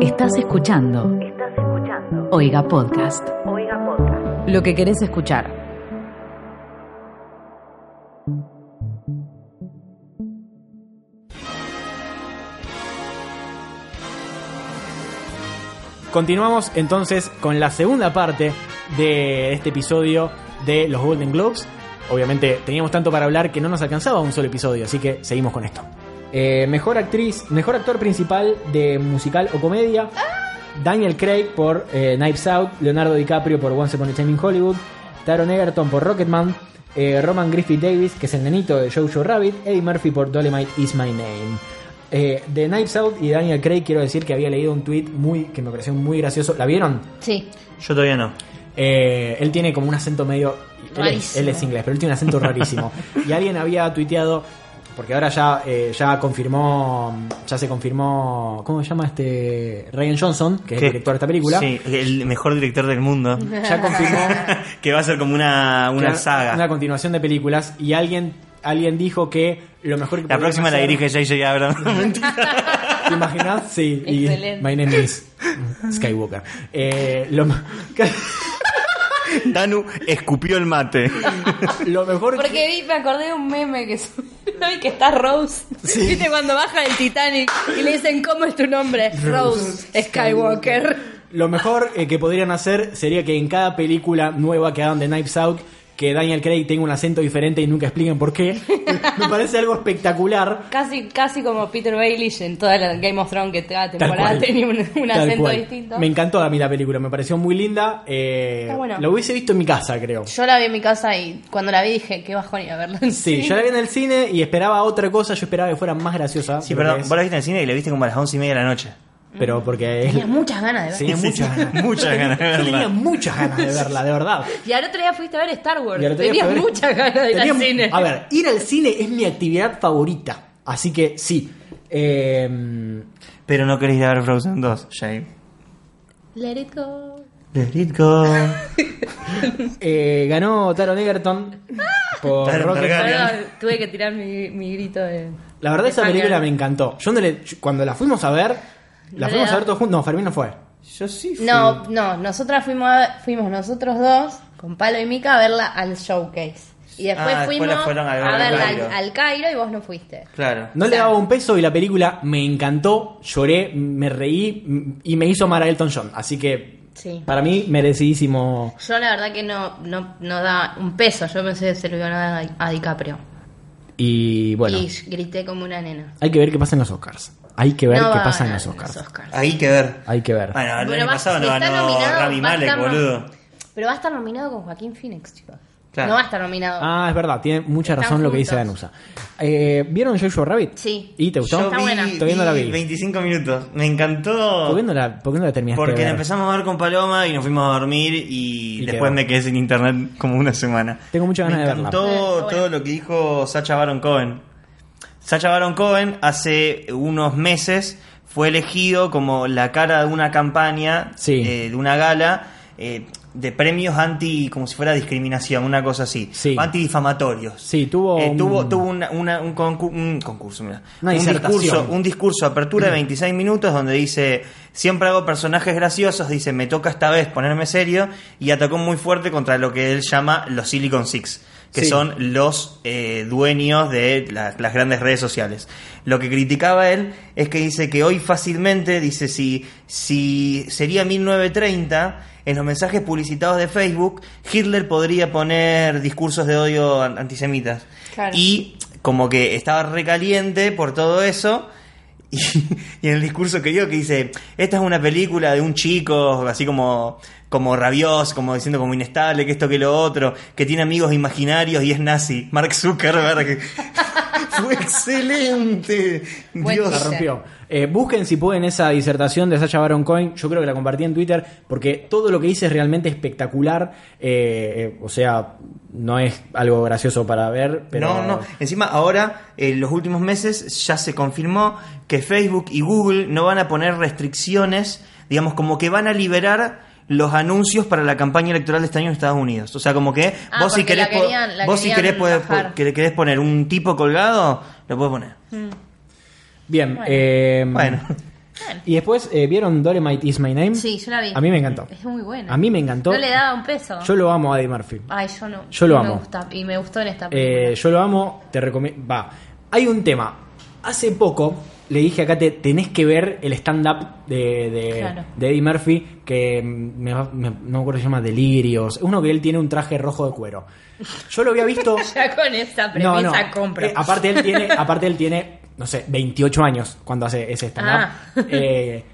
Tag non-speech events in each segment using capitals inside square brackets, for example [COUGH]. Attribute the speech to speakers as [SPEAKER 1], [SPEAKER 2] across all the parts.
[SPEAKER 1] Estás escuchando. Estás escuchando. Oiga Podcast. Oiga Podcast. Lo que querés escuchar.
[SPEAKER 2] Continuamos entonces con la segunda parte de este episodio de los Golden Globes. Obviamente teníamos tanto para hablar que no nos alcanzaba un solo episodio, así que seguimos con esto. Eh, mejor actriz, mejor actor principal de musical o comedia. Daniel Craig por eh, Knives Out, Leonardo DiCaprio por Once Upon a Time in Hollywood, Taron Egerton por Rocketman, eh, Roman Griffith Davis, que es el nenito de Jojo Rabbit, Eddie Murphy por Dolemite Is My Name. Eh, de Knives Out y Daniel Craig quiero decir que había leído un tweet muy que me pareció muy gracioso. ¿La vieron?
[SPEAKER 3] Sí.
[SPEAKER 4] Yo todavía no.
[SPEAKER 2] Eh, él tiene como un acento medio. Él es,
[SPEAKER 3] Rarísimo.
[SPEAKER 2] él es inglés, pero él tiene un acento rarísimo. y alguien había tuiteado, porque ahora ya, eh, ya confirmó. Ya se confirmó. ¿Cómo se llama este? Ryan Johnson, que es el
[SPEAKER 4] ¿Qué?
[SPEAKER 2] director de esta película.
[SPEAKER 4] Sí, el mejor director del mundo.
[SPEAKER 2] Ya confirmó
[SPEAKER 4] [LAUGHS] que va a ser como una, una
[SPEAKER 2] Claro,
[SPEAKER 4] saga.
[SPEAKER 2] Una continuación de películas. Y alguien, alguien dijo que lo mejor que
[SPEAKER 4] la
[SPEAKER 2] podrían
[SPEAKER 4] próxima la
[SPEAKER 2] hacer-
[SPEAKER 4] dirige J.J. Abrams.
[SPEAKER 2] [LAUGHS] ¿Te imaginas? Sí. y
[SPEAKER 3] Excelente.
[SPEAKER 2] my name is Skywalker. Eh, lo,
[SPEAKER 4] Danu escupió el mate.
[SPEAKER 2] [LAUGHS] lo mejor que-
[SPEAKER 3] Porque vi, me acordé de un meme que [LAUGHS] subió y que está Rose.
[SPEAKER 2] Sí.
[SPEAKER 3] Viste cuando baja el Titanic y le dicen, ¿cómo es tu nombre? Rose, Skywalker.
[SPEAKER 2] Lo mejor eh, que podrían hacer sería que en cada película nueva que hagan de Knives Out, que Daniel Craig tenga un acento diferente y nunca expliquen por qué. [LAUGHS] Me parece algo espectacular.
[SPEAKER 3] Casi, casi como Peter Baelish en toda la Game of Thrones que cada
[SPEAKER 2] Tal
[SPEAKER 3] temporada
[SPEAKER 2] cual.
[SPEAKER 3] tenía un, un
[SPEAKER 2] Tal
[SPEAKER 3] acento
[SPEAKER 2] cual.
[SPEAKER 3] distinto.
[SPEAKER 2] Me encantó a mí la película, me pareció muy linda. eh,
[SPEAKER 3] Está bueno.
[SPEAKER 2] Lo hubiese visto en mi casa, creo.
[SPEAKER 3] Yo la vi en mi casa y cuando la vi dije, qué bajón ir a verla. en
[SPEAKER 2] Sí,
[SPEAKER 3] cine".
[SPEAKER 2] yo la vi en el cine y esperaba otra cosa, yo esperaba que fuera más graciosa.
[SPEAKER 4] Sí,
[SPEAKER 2] de lo
[SPEAKER 4] perdón.
[SPEAKER 2] que es,
[SPEAKER 4] Vos la viste en el cine y la viste como a las once y media de la noche.
[SPEAKER 2] Pero porque
[SPEAKER 3] Tenía muchas ganas de verla.
[SPEAKER 2] tenía muchas ganas.
[SPEAKER 4] Muchas ganas de
[SPEAKER 2] Yo tenía
[SPEAKER 4] verla.
[SPEAKER 2] muchas ganas de verla, de verdad.
[SPEAKER 3] Y al otro día fuiste a ver Star Wars.
[SPEAKER 2] Y al otro día
[SPEAKER 3] Tenías
[SPEAKER 2] fue a ver-
[SPEAKER 3] muchas ganas de ir
[SPEAKER 2] tenía-
[SPEAKER 3] al cine.
[SPEAKER 2] A ver, ir al cine es mi actividad favorita. Así que sí. Eh,
[SPEAKER 4] Pero no querés ir a ver Frozen 2, Shame.
[SPEAKER 3] Let it go.
[SPEAKER 4] Let it go.
[SPEAKER 2] eh, ganó Taron Egerton por
[SPEAKER 4] Taron
[SPEAKER 2] Rocket.
[SPEAKER 4] Targaryen.
[SPEAKER 3] Perdón, Ah, tuve que tirar mi, mi grito de.
[SPEAKER 2] La verdad,
[SPEAKER 3] de
[SPEAKER 2] esa
[SPEAKER 3] sangre.
[SPEAKER 2] película me encantó. Yo no le- yo- cuando la fuimos a ver, la
[SPEAKER 3] No le
[SPEAKER 2] fuimos a
[SPEAKER 3] da-
[SPEAKER 2] ver todos juntos. No, Fermín no fue. Yo sí
[SPEAKER 3] No, no, nosotras fuimos, a- fuimos nosotros dos, con Palo y Mica, a verla al showcase. Y
[SPEAKER 4] Ah,
[SPEAKER 3] después
[SPEAKER 4] después
[SPEAKER 3] fuimos
[SPEAKER 4] la fueron a ver
[SPEAKER 3] a
[SPEAKER 4] al
[SPEAKER 3] verla
[SPEAKER 4] Cairo.
[SPEAKER 3] al, al Cairo y vos no fuiste.
[SPEAKER 4] Claro.
[SPEAKER 2] No le daba un peso y la película me encantó, lloré, me reí mm, y me hizo amar a Elton John. Así que
[SPEAKER 3] Sí.
[SPEAKER 2] para mí merecidísimo.
[SPEAKER 3] Yo la verdad que no, no, no da un peso, yo pensé que se lo iban a dar a a DiCaprio.
[SPEAKER 2] Y bueno,
[SPEAKER 3] Y grité como una nena.
[SPEAKER 2] hay que ver qué pasa en los Oscars. Hay que ver
[SPEAKER 3] no
[SPEAKER 2] qué
[SPEAKER 3] va a
[SPEAKER 2] pasa en los
[SPEAKER 3] ganar
[SPEAKER 2] Oscars.
[SPEAKER 4] Ahí que ver.
[SPEAKER 2] Hay que ver.
[SPEAKER 4] Bueno, el
[SPEAKER 3] Bueno,
[SPEAKER 4] año
[SPEAKER 3] va-
[SPEAKER 4] pasado
[SPEAKER 3] si
[SPEAKER 4] no
[SPEAKER 3] está
[SPEAKER 4] ganó
[SPEAKER 3] nominado,
[SPEAKER 4] Rami
[SPEAKER 3] va a
[SPEAKER 4] Malek,
[SPEAKER 3] estar nom-
[SPEAKER 4] boludo.
[SPEAKER 3] Pero va a estar nominado con Joaquín Phoenix, chicos.
[SPEAKER 4] Claro.
[SPEAKER 3] No va a estar nominado.
[SPEAKER 2] Ah, es verdad, tiene mucha
[SPEAKER 3] Están
[SPEAKER 2] razón lo que dice
[SPEAKER 3] juntos.
[SPEAKER 2] Danusa. Eh, ¿Vieron Jojo Rabbit?
[SPEAKER 3] Sí.
[SPEAKER 2] ¿Y te gustó?
[SPEAKER 4] Yo
[SPEAKER 3] Está
[SPEAKER 4] vi-
[SPEAKER 3] buena.
[SPEAKER 2] Todavía no la vi.
[SPEAKER 4] 25 minutos. Me encantó.
[SPEAKER 2] ¿Por qué no la, por qué no la terminaste? de
[SPEAKER 4] Porque la
[SPEAKER 2] ver?
[SPEAKER 4] empezamos a ver con Paloma y nos fuimos a dormir y,
[SPEAKER 2] Y quedó.
[SPEAKER 4] después me quedé sin internet como una semana.
[SPEAKER 2] Tengo muchas ganas
[SPEAKER 4] me
[SPEAKER 2] de verla.
[SPEAKER 4] encantó
[SPEAKER 3] Eh, está
[SPEAKER 4] todo lo que dijo Sacha Baron Cohen. Sacha Baron Cohen hace unos meses fue elegido como la cara de una campaña,
[SPEAKER 2] Sí.
[SPEAKER 4] eh, de una gala, eh, de premios anti, como si fuera discriminación, una cosa así,
[SPEAKER 2] Sí.
[SPEAKER 4] antidifamatorios.
[SPEAKER 2] Sí, tuvo
[SPEAKER 4] Eh,
[SPEAKER 2] un-
[SPEAKER 4] tuvo, tuvo una- una- un, concu- un concurso, mira.
[SPEAKER 2] Una
[SPEAKER 4] un
[SPEAKER 2] disertación.
[SPEAKER 4] discurso, un discurso, apertura de 26 minutos, donde dice, siempre hago personajes graciosos, dice, me toca esta vez ponerme serio, y atacó muy fuerte contra lo que él llama los Silicon Six, que
[SPEAKER 2] Sí.
[SPEAKER 4] son los eh, dueños de la- las grandes redes sociales. Lo que criticaba él es que dice que hoy fácilmente, dice, si, si sería 1930, en los mensajes publicitados de Facebook, Hitler podría poner discursos de odio an- antisemitas.
[SPEAKER 3] Claro.
[SPEAKER 4] Y como que estaba recaliente por todo eso. [LAUGHS] Y, y en el discurso que dio que dice, esta es una película de un chico, así como, como rabioso, como diciendo como inestable, que esto, que lo otro, que tiene amigos imaginarios y es nazi. Mark Zuckerberg. [LAUGHS] Fue excelente.
[SPEAKER 3] Buen
[SPEAKER 4] Dios.
[SPEAKER 2] La rompió. Eh, busquen si pueden esa disertación de Sacha Baron Cohen. Yo creo que la compartí en Twitter porque todo lo que dice es realmente espectacular. Eh, eh, o sea, no es algo gracioso para ver, pero
[SPEAKER 4] No, no. Encima, ahora, en los últimos meses, ya se confirmó que Facebook y Google no van a poner restricciones, digamos, como que van a liberar los anuncios para la campaña electoral de este año en Estados Unidos. O sea, como que
[SPEAKER 3] Ah,
[SPEAKER 4] vos si
[SPEAKER 3] porque
[SPEAKER 4] querés,
[SPEAKER 3] la
[SPEAKER 4] po-
[SPEAKER 3] querían- la
[SPEAKER 4] vos si
[SPEAKER 3] querían
[SPEAKER 4] querés, podés-
[SPEAKER 3] bajar.
[SPEAKER 4] que le querés poner un tipo colgado, lo puedes poner.
[SPEAKER 2] Bien,
[SPEAKER 3] Bueno.
[SPEAKER 2] eh,
[SPEAKER 4] Bueno.
[SPEAKER 2] Y después, eh, ¿vieron Dolemite Is My Name?
[SPEAKER 3] Sí, yo la vi.
[SPEAKER 2] A mí me encantó.
[SPEAKER 3] Es muy buena.
[SPEAKER 2] A mí me encantó.
[SPEAKER 3] No le daba un peso.
[SPEAKER 2] Yo lo amo a Eddie Murphy.
[SPEAKER 3] Ay, yo no.
[SPEAKER 2] Yo lo
[SPEAKER 3] No
[SPEAKER 2] amo.
[SPEAKER 3] Me gusta, y me gustó en esta película.
[SPEAKER 2] Eh, yo lo amo, te recomiendo. Va. Hay un tema. Hace poco le dije acá, te, tenés que ver el stand-up de, de-
[SPEAKER 3] Claro.
[SPEAKER 2] de Eddie Murphy, que mm, me, me- no me acuerdo se llama Delirios. Es uno que él tiene un traje rojo de cuero. Yo lo había visto.
[SPEAKER 3] [LAUGHS] [LAUGHS] Ya con esta
[SPEAKER 2] no,
[SPEAKER 3] premisa
[SPEAKER 2] no.
[SPEAKER 3] compro.
[SPEAKER 2] Eh, aparte, él tiene, aparte, él tiene, no sé, 28 años cuando hace ese stand-up.
[SPEAKER 3] Ah.
[SPEAKER 2] Eh,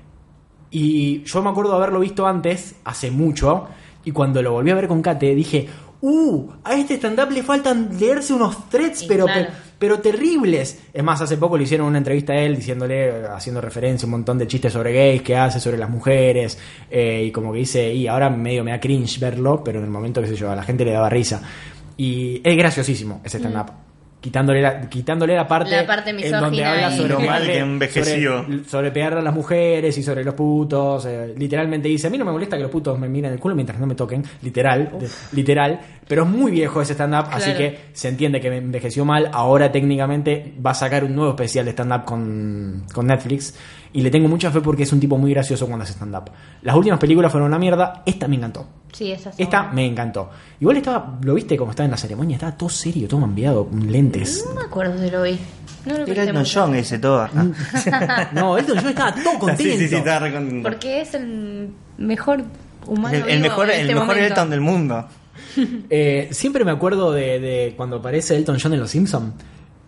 [SPEAKER 2] y yo me acuerdo haberlo visto antes, hace mucho, y cuando lo volví a ver con Kate, dije, ¡uh! A este stand-up le faltan leerse unos threads,
[SPEAKER 3] Y
[SPEAKER 2] pero,
[SPEAKER 3] claro.
[SPEAKER 2] pe- pero terribles. Es más, hace poco le hicieron una entrevista a él diciéndole, haciendo referencia a un montón de chistes sobre gays que hace, sobre las mujeres, eh, y como que dice, y ahora medio me da cringe verlo, pero en el momento, qué sé yo, a la gente le daba risa. Y es graciosísimo ese stand-up. Quitándole la, quitándole la parte,
[SPEAKER 3] Mm. La parte
[SPEAKER 2] en
[SPEAKER 3] misógina
[SPEAKER 2] donde habla
[SPEAKER 3] y-
[SPEAKER 2] sobre
[SPEAKER 4] Lo mal
[SPEAKER 2] pegarle-
[SPEAKER 4] que envejeció.
[SPEAKER 2] sobre- sobre pegar a las mujeres y sobre los putos. eh, literalmente dice, a mí no me molesta que los putos me miren el culo mientras no me toquen. Literal, de- literal. Pero es muy viejo ese stand-up, así
[SPEAKER 3] Claro.
[SPEAKER 2] que se entiende que me envejeció mal. Ahora técnicamente va a sacar un nuevo especial de stand-up con, con Netflix. Y le tengo mucha fe porque es un tipo muy gracioso cuando hace stand-up. Las últimas películas fueron una mierda. Esta me encantó.
[SPEAKER 3] sí, esa es
[SPEAKER 2] Esta
[SPEAKER 3] buena.
[SPEAKER 2] me encantó. Igual estaba, lo viste como estaba en la ceremonia, estaba todo serio, todo enviado, lentes.
[SPEAKER 4] [LAUGHS]
[SPEAKER 3] No me acuerdo de lo vi. No lo
[SPEAKER 4] Era
[SPEAKER 3] presté
[SPEAKER 4] Elton
[SPEAKER 3] mucho.
[SPEAKER 4] John ese todo. ¿no?
[SPEAKER 2] No, Elton John estaba todo contento.
[SPEAKER 4] Sí, sí, sí, estaba re contento.
[SPEAKER 3] Porque es el mejor humano.
[SPEAKER 4] El, el
[SPEAKER 3] vivo
[SPEAKER 4] mejor,
[SPEAKER 3] en
[SPEAKER 4] el
[SPEAKER 3] este
[SPEAKER 4] mejor
[SPEAKER 3] momento.
[SPEAKER 4] Elton del mundo.
[SPEAKER 2] Eh, siempre me acuerdo de, de cuando aparece Elton John en Los Simpson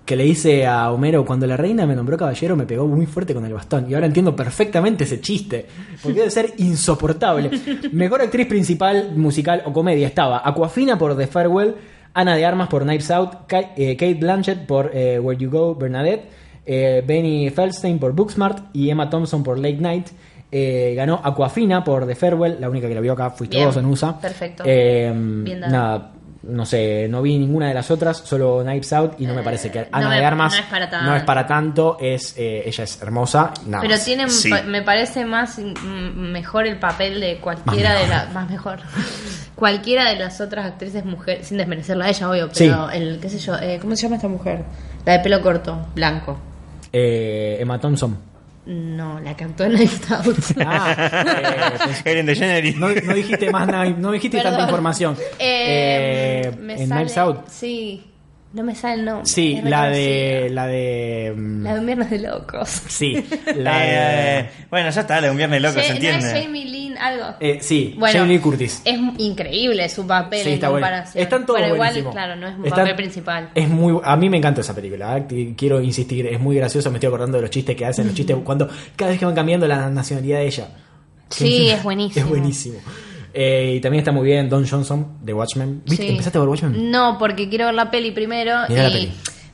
[SPEAKER 2] que le dice a Homero, cuando la reina me nombró caballero me pegó muy fuerte con el bastón. Y ahora entiendo perfectamente ese chiste, porque debe ser insoportable. Mejor actriz principal, musical o comedia estaba Aquafina por The Farewell, Ana de Armas por Knives Out, Ka- eh, Kate Blanchett por eh, Where You Go, Bernadette, eh, Benny Feldstein por Booksmart y Emma Thompson por Late Night. Eh, ganó Aquafina por The Farewell, la única que la vio acá fuiste
[SPEAKER 3] Bien,
[SPEAKER 2] vos en USA.
[SPEAKER 3] perfecto.
[SPEAKER 2] Eh,
[SPEAKER 3] Bien dado.
[SPEAKER 2] nada, no sé, no vi ninguna de las otras, solo Knives Out y no me
[SPEAKER 3] Eh,
[SPEAKER 2] parece que
[SPEAKER 3] no
[SPEAKER 2] Ana
[SPEAKER 3] me-
[SPEAKER 2] de Armas
[SPEAKER 3] no es para tanto.
[SPEAKER 2] no es para tanto, es, eh, ella es hermosa, nada
[SPEAKER 3] Pero
[SPEAKER 2] más.
[SPEAKER 3] tiene,
[SPEAKER 4] Sí.
[SPEAKER 3] pa- me parece más mm, mejor el papel de cualquiera
[SPEAKER 2] Más
[SPEAKER 3] de
[SPEAKER 2] mejor.
[SPEAKER 3] las más mejor [LAUGHS] cualquiera de las otras actrices mujeres sin desmerecerla a ella obvio
[SPEAKER 2] Sí.
[SPEAKER 3] pero el qué sé yo eh, cómo se llama esta mujer la de pelo corto blanco
[SPEAKER 2] Eh, Emma Thompson.
[SPEAKER 3] no la que actuó en Knives Out
[SPEAKER 2] Ah, eh, pues,
[SPEAKER 4] Ellen DeGeneres.
[SPEAKER 2] no, no dijiste más nada, no dijiste
[SPEAKER 3] Perdón.
[SPEAKER 2] tanta información.
[SPEAKER 3] [LAUGHS] Eh,
[SPEAKER 2] Eh,
[SPEAKER 3] me
[SPEAKER 2] en
[SPEAKER 3] sale-
[SPEAKER 2] Knives Out.
[SPEAKER 3] sí no me sale el nombre
[SPEAKER 2] Sí,
[SPEAKER 3] es
[SPEAKER 2] la de
[SPEAKER 3] reconocida.
[SPEAKER 2] la de mm,
[SPEAKER 3] la de un viernes de locos
[SPEAKER 2] [LAUGHS] sí, la de
[SPEAKER 4] Eh, bueno, ya está, un viernes loco,
[SPEAKER 3] Ja-
[SPEAKER 4] se
[SPEAKER 3] no,
[SPEAKER 4] entiende.
[SPEAKER 3] es Jamie Lynn algo
[SPEAKER 2] eh, sí,
[SPEAKER 3] Bueno,
[SPEAKER 2] Jamie Lee Curtis.
[SPEAKER 3] Es increíble su papel
[SPEAKER 2] Sí, está
[SPEAKER 3] en
[SPEAKER 2] bueno.
[SPEAKER 3] comparación.
[SPEAKER 2] Están todos
[SPEAKER 3] Pero igual,
[SPEAKER 2] buenísimos.
[SPEAKER 3] claro, no es un
[SPEAKER 2] Están- eh,
[SPEAKER 3] papel principal.
[SPEAKER 2] Es muy, a mí me encanta esa película. ¿eh? Qu- Quiero insistir, es muy gracioso. Me estoy acordando de los chistes que hacen, los chistes cuando cada vez que van cambiando la nacionalidad de ella. [LAUGHS]
[SPEAKER 3] Sí, es buenísimo.
[SPEAKER 2] Es buenísimo. Eh, y también está muy bien Don Johnson de Watchmen. ¿Viste?
[SPEAKER 3] Sí.
[SPEAKER 2] ¿Empezaste a ver Watchmen?
[SPEAKER 3] No, porque quiero ver la peli primero.
[SPEAKER 2] Mirá la
[SPEAKER 3] y
[SPEAKER 2] peli.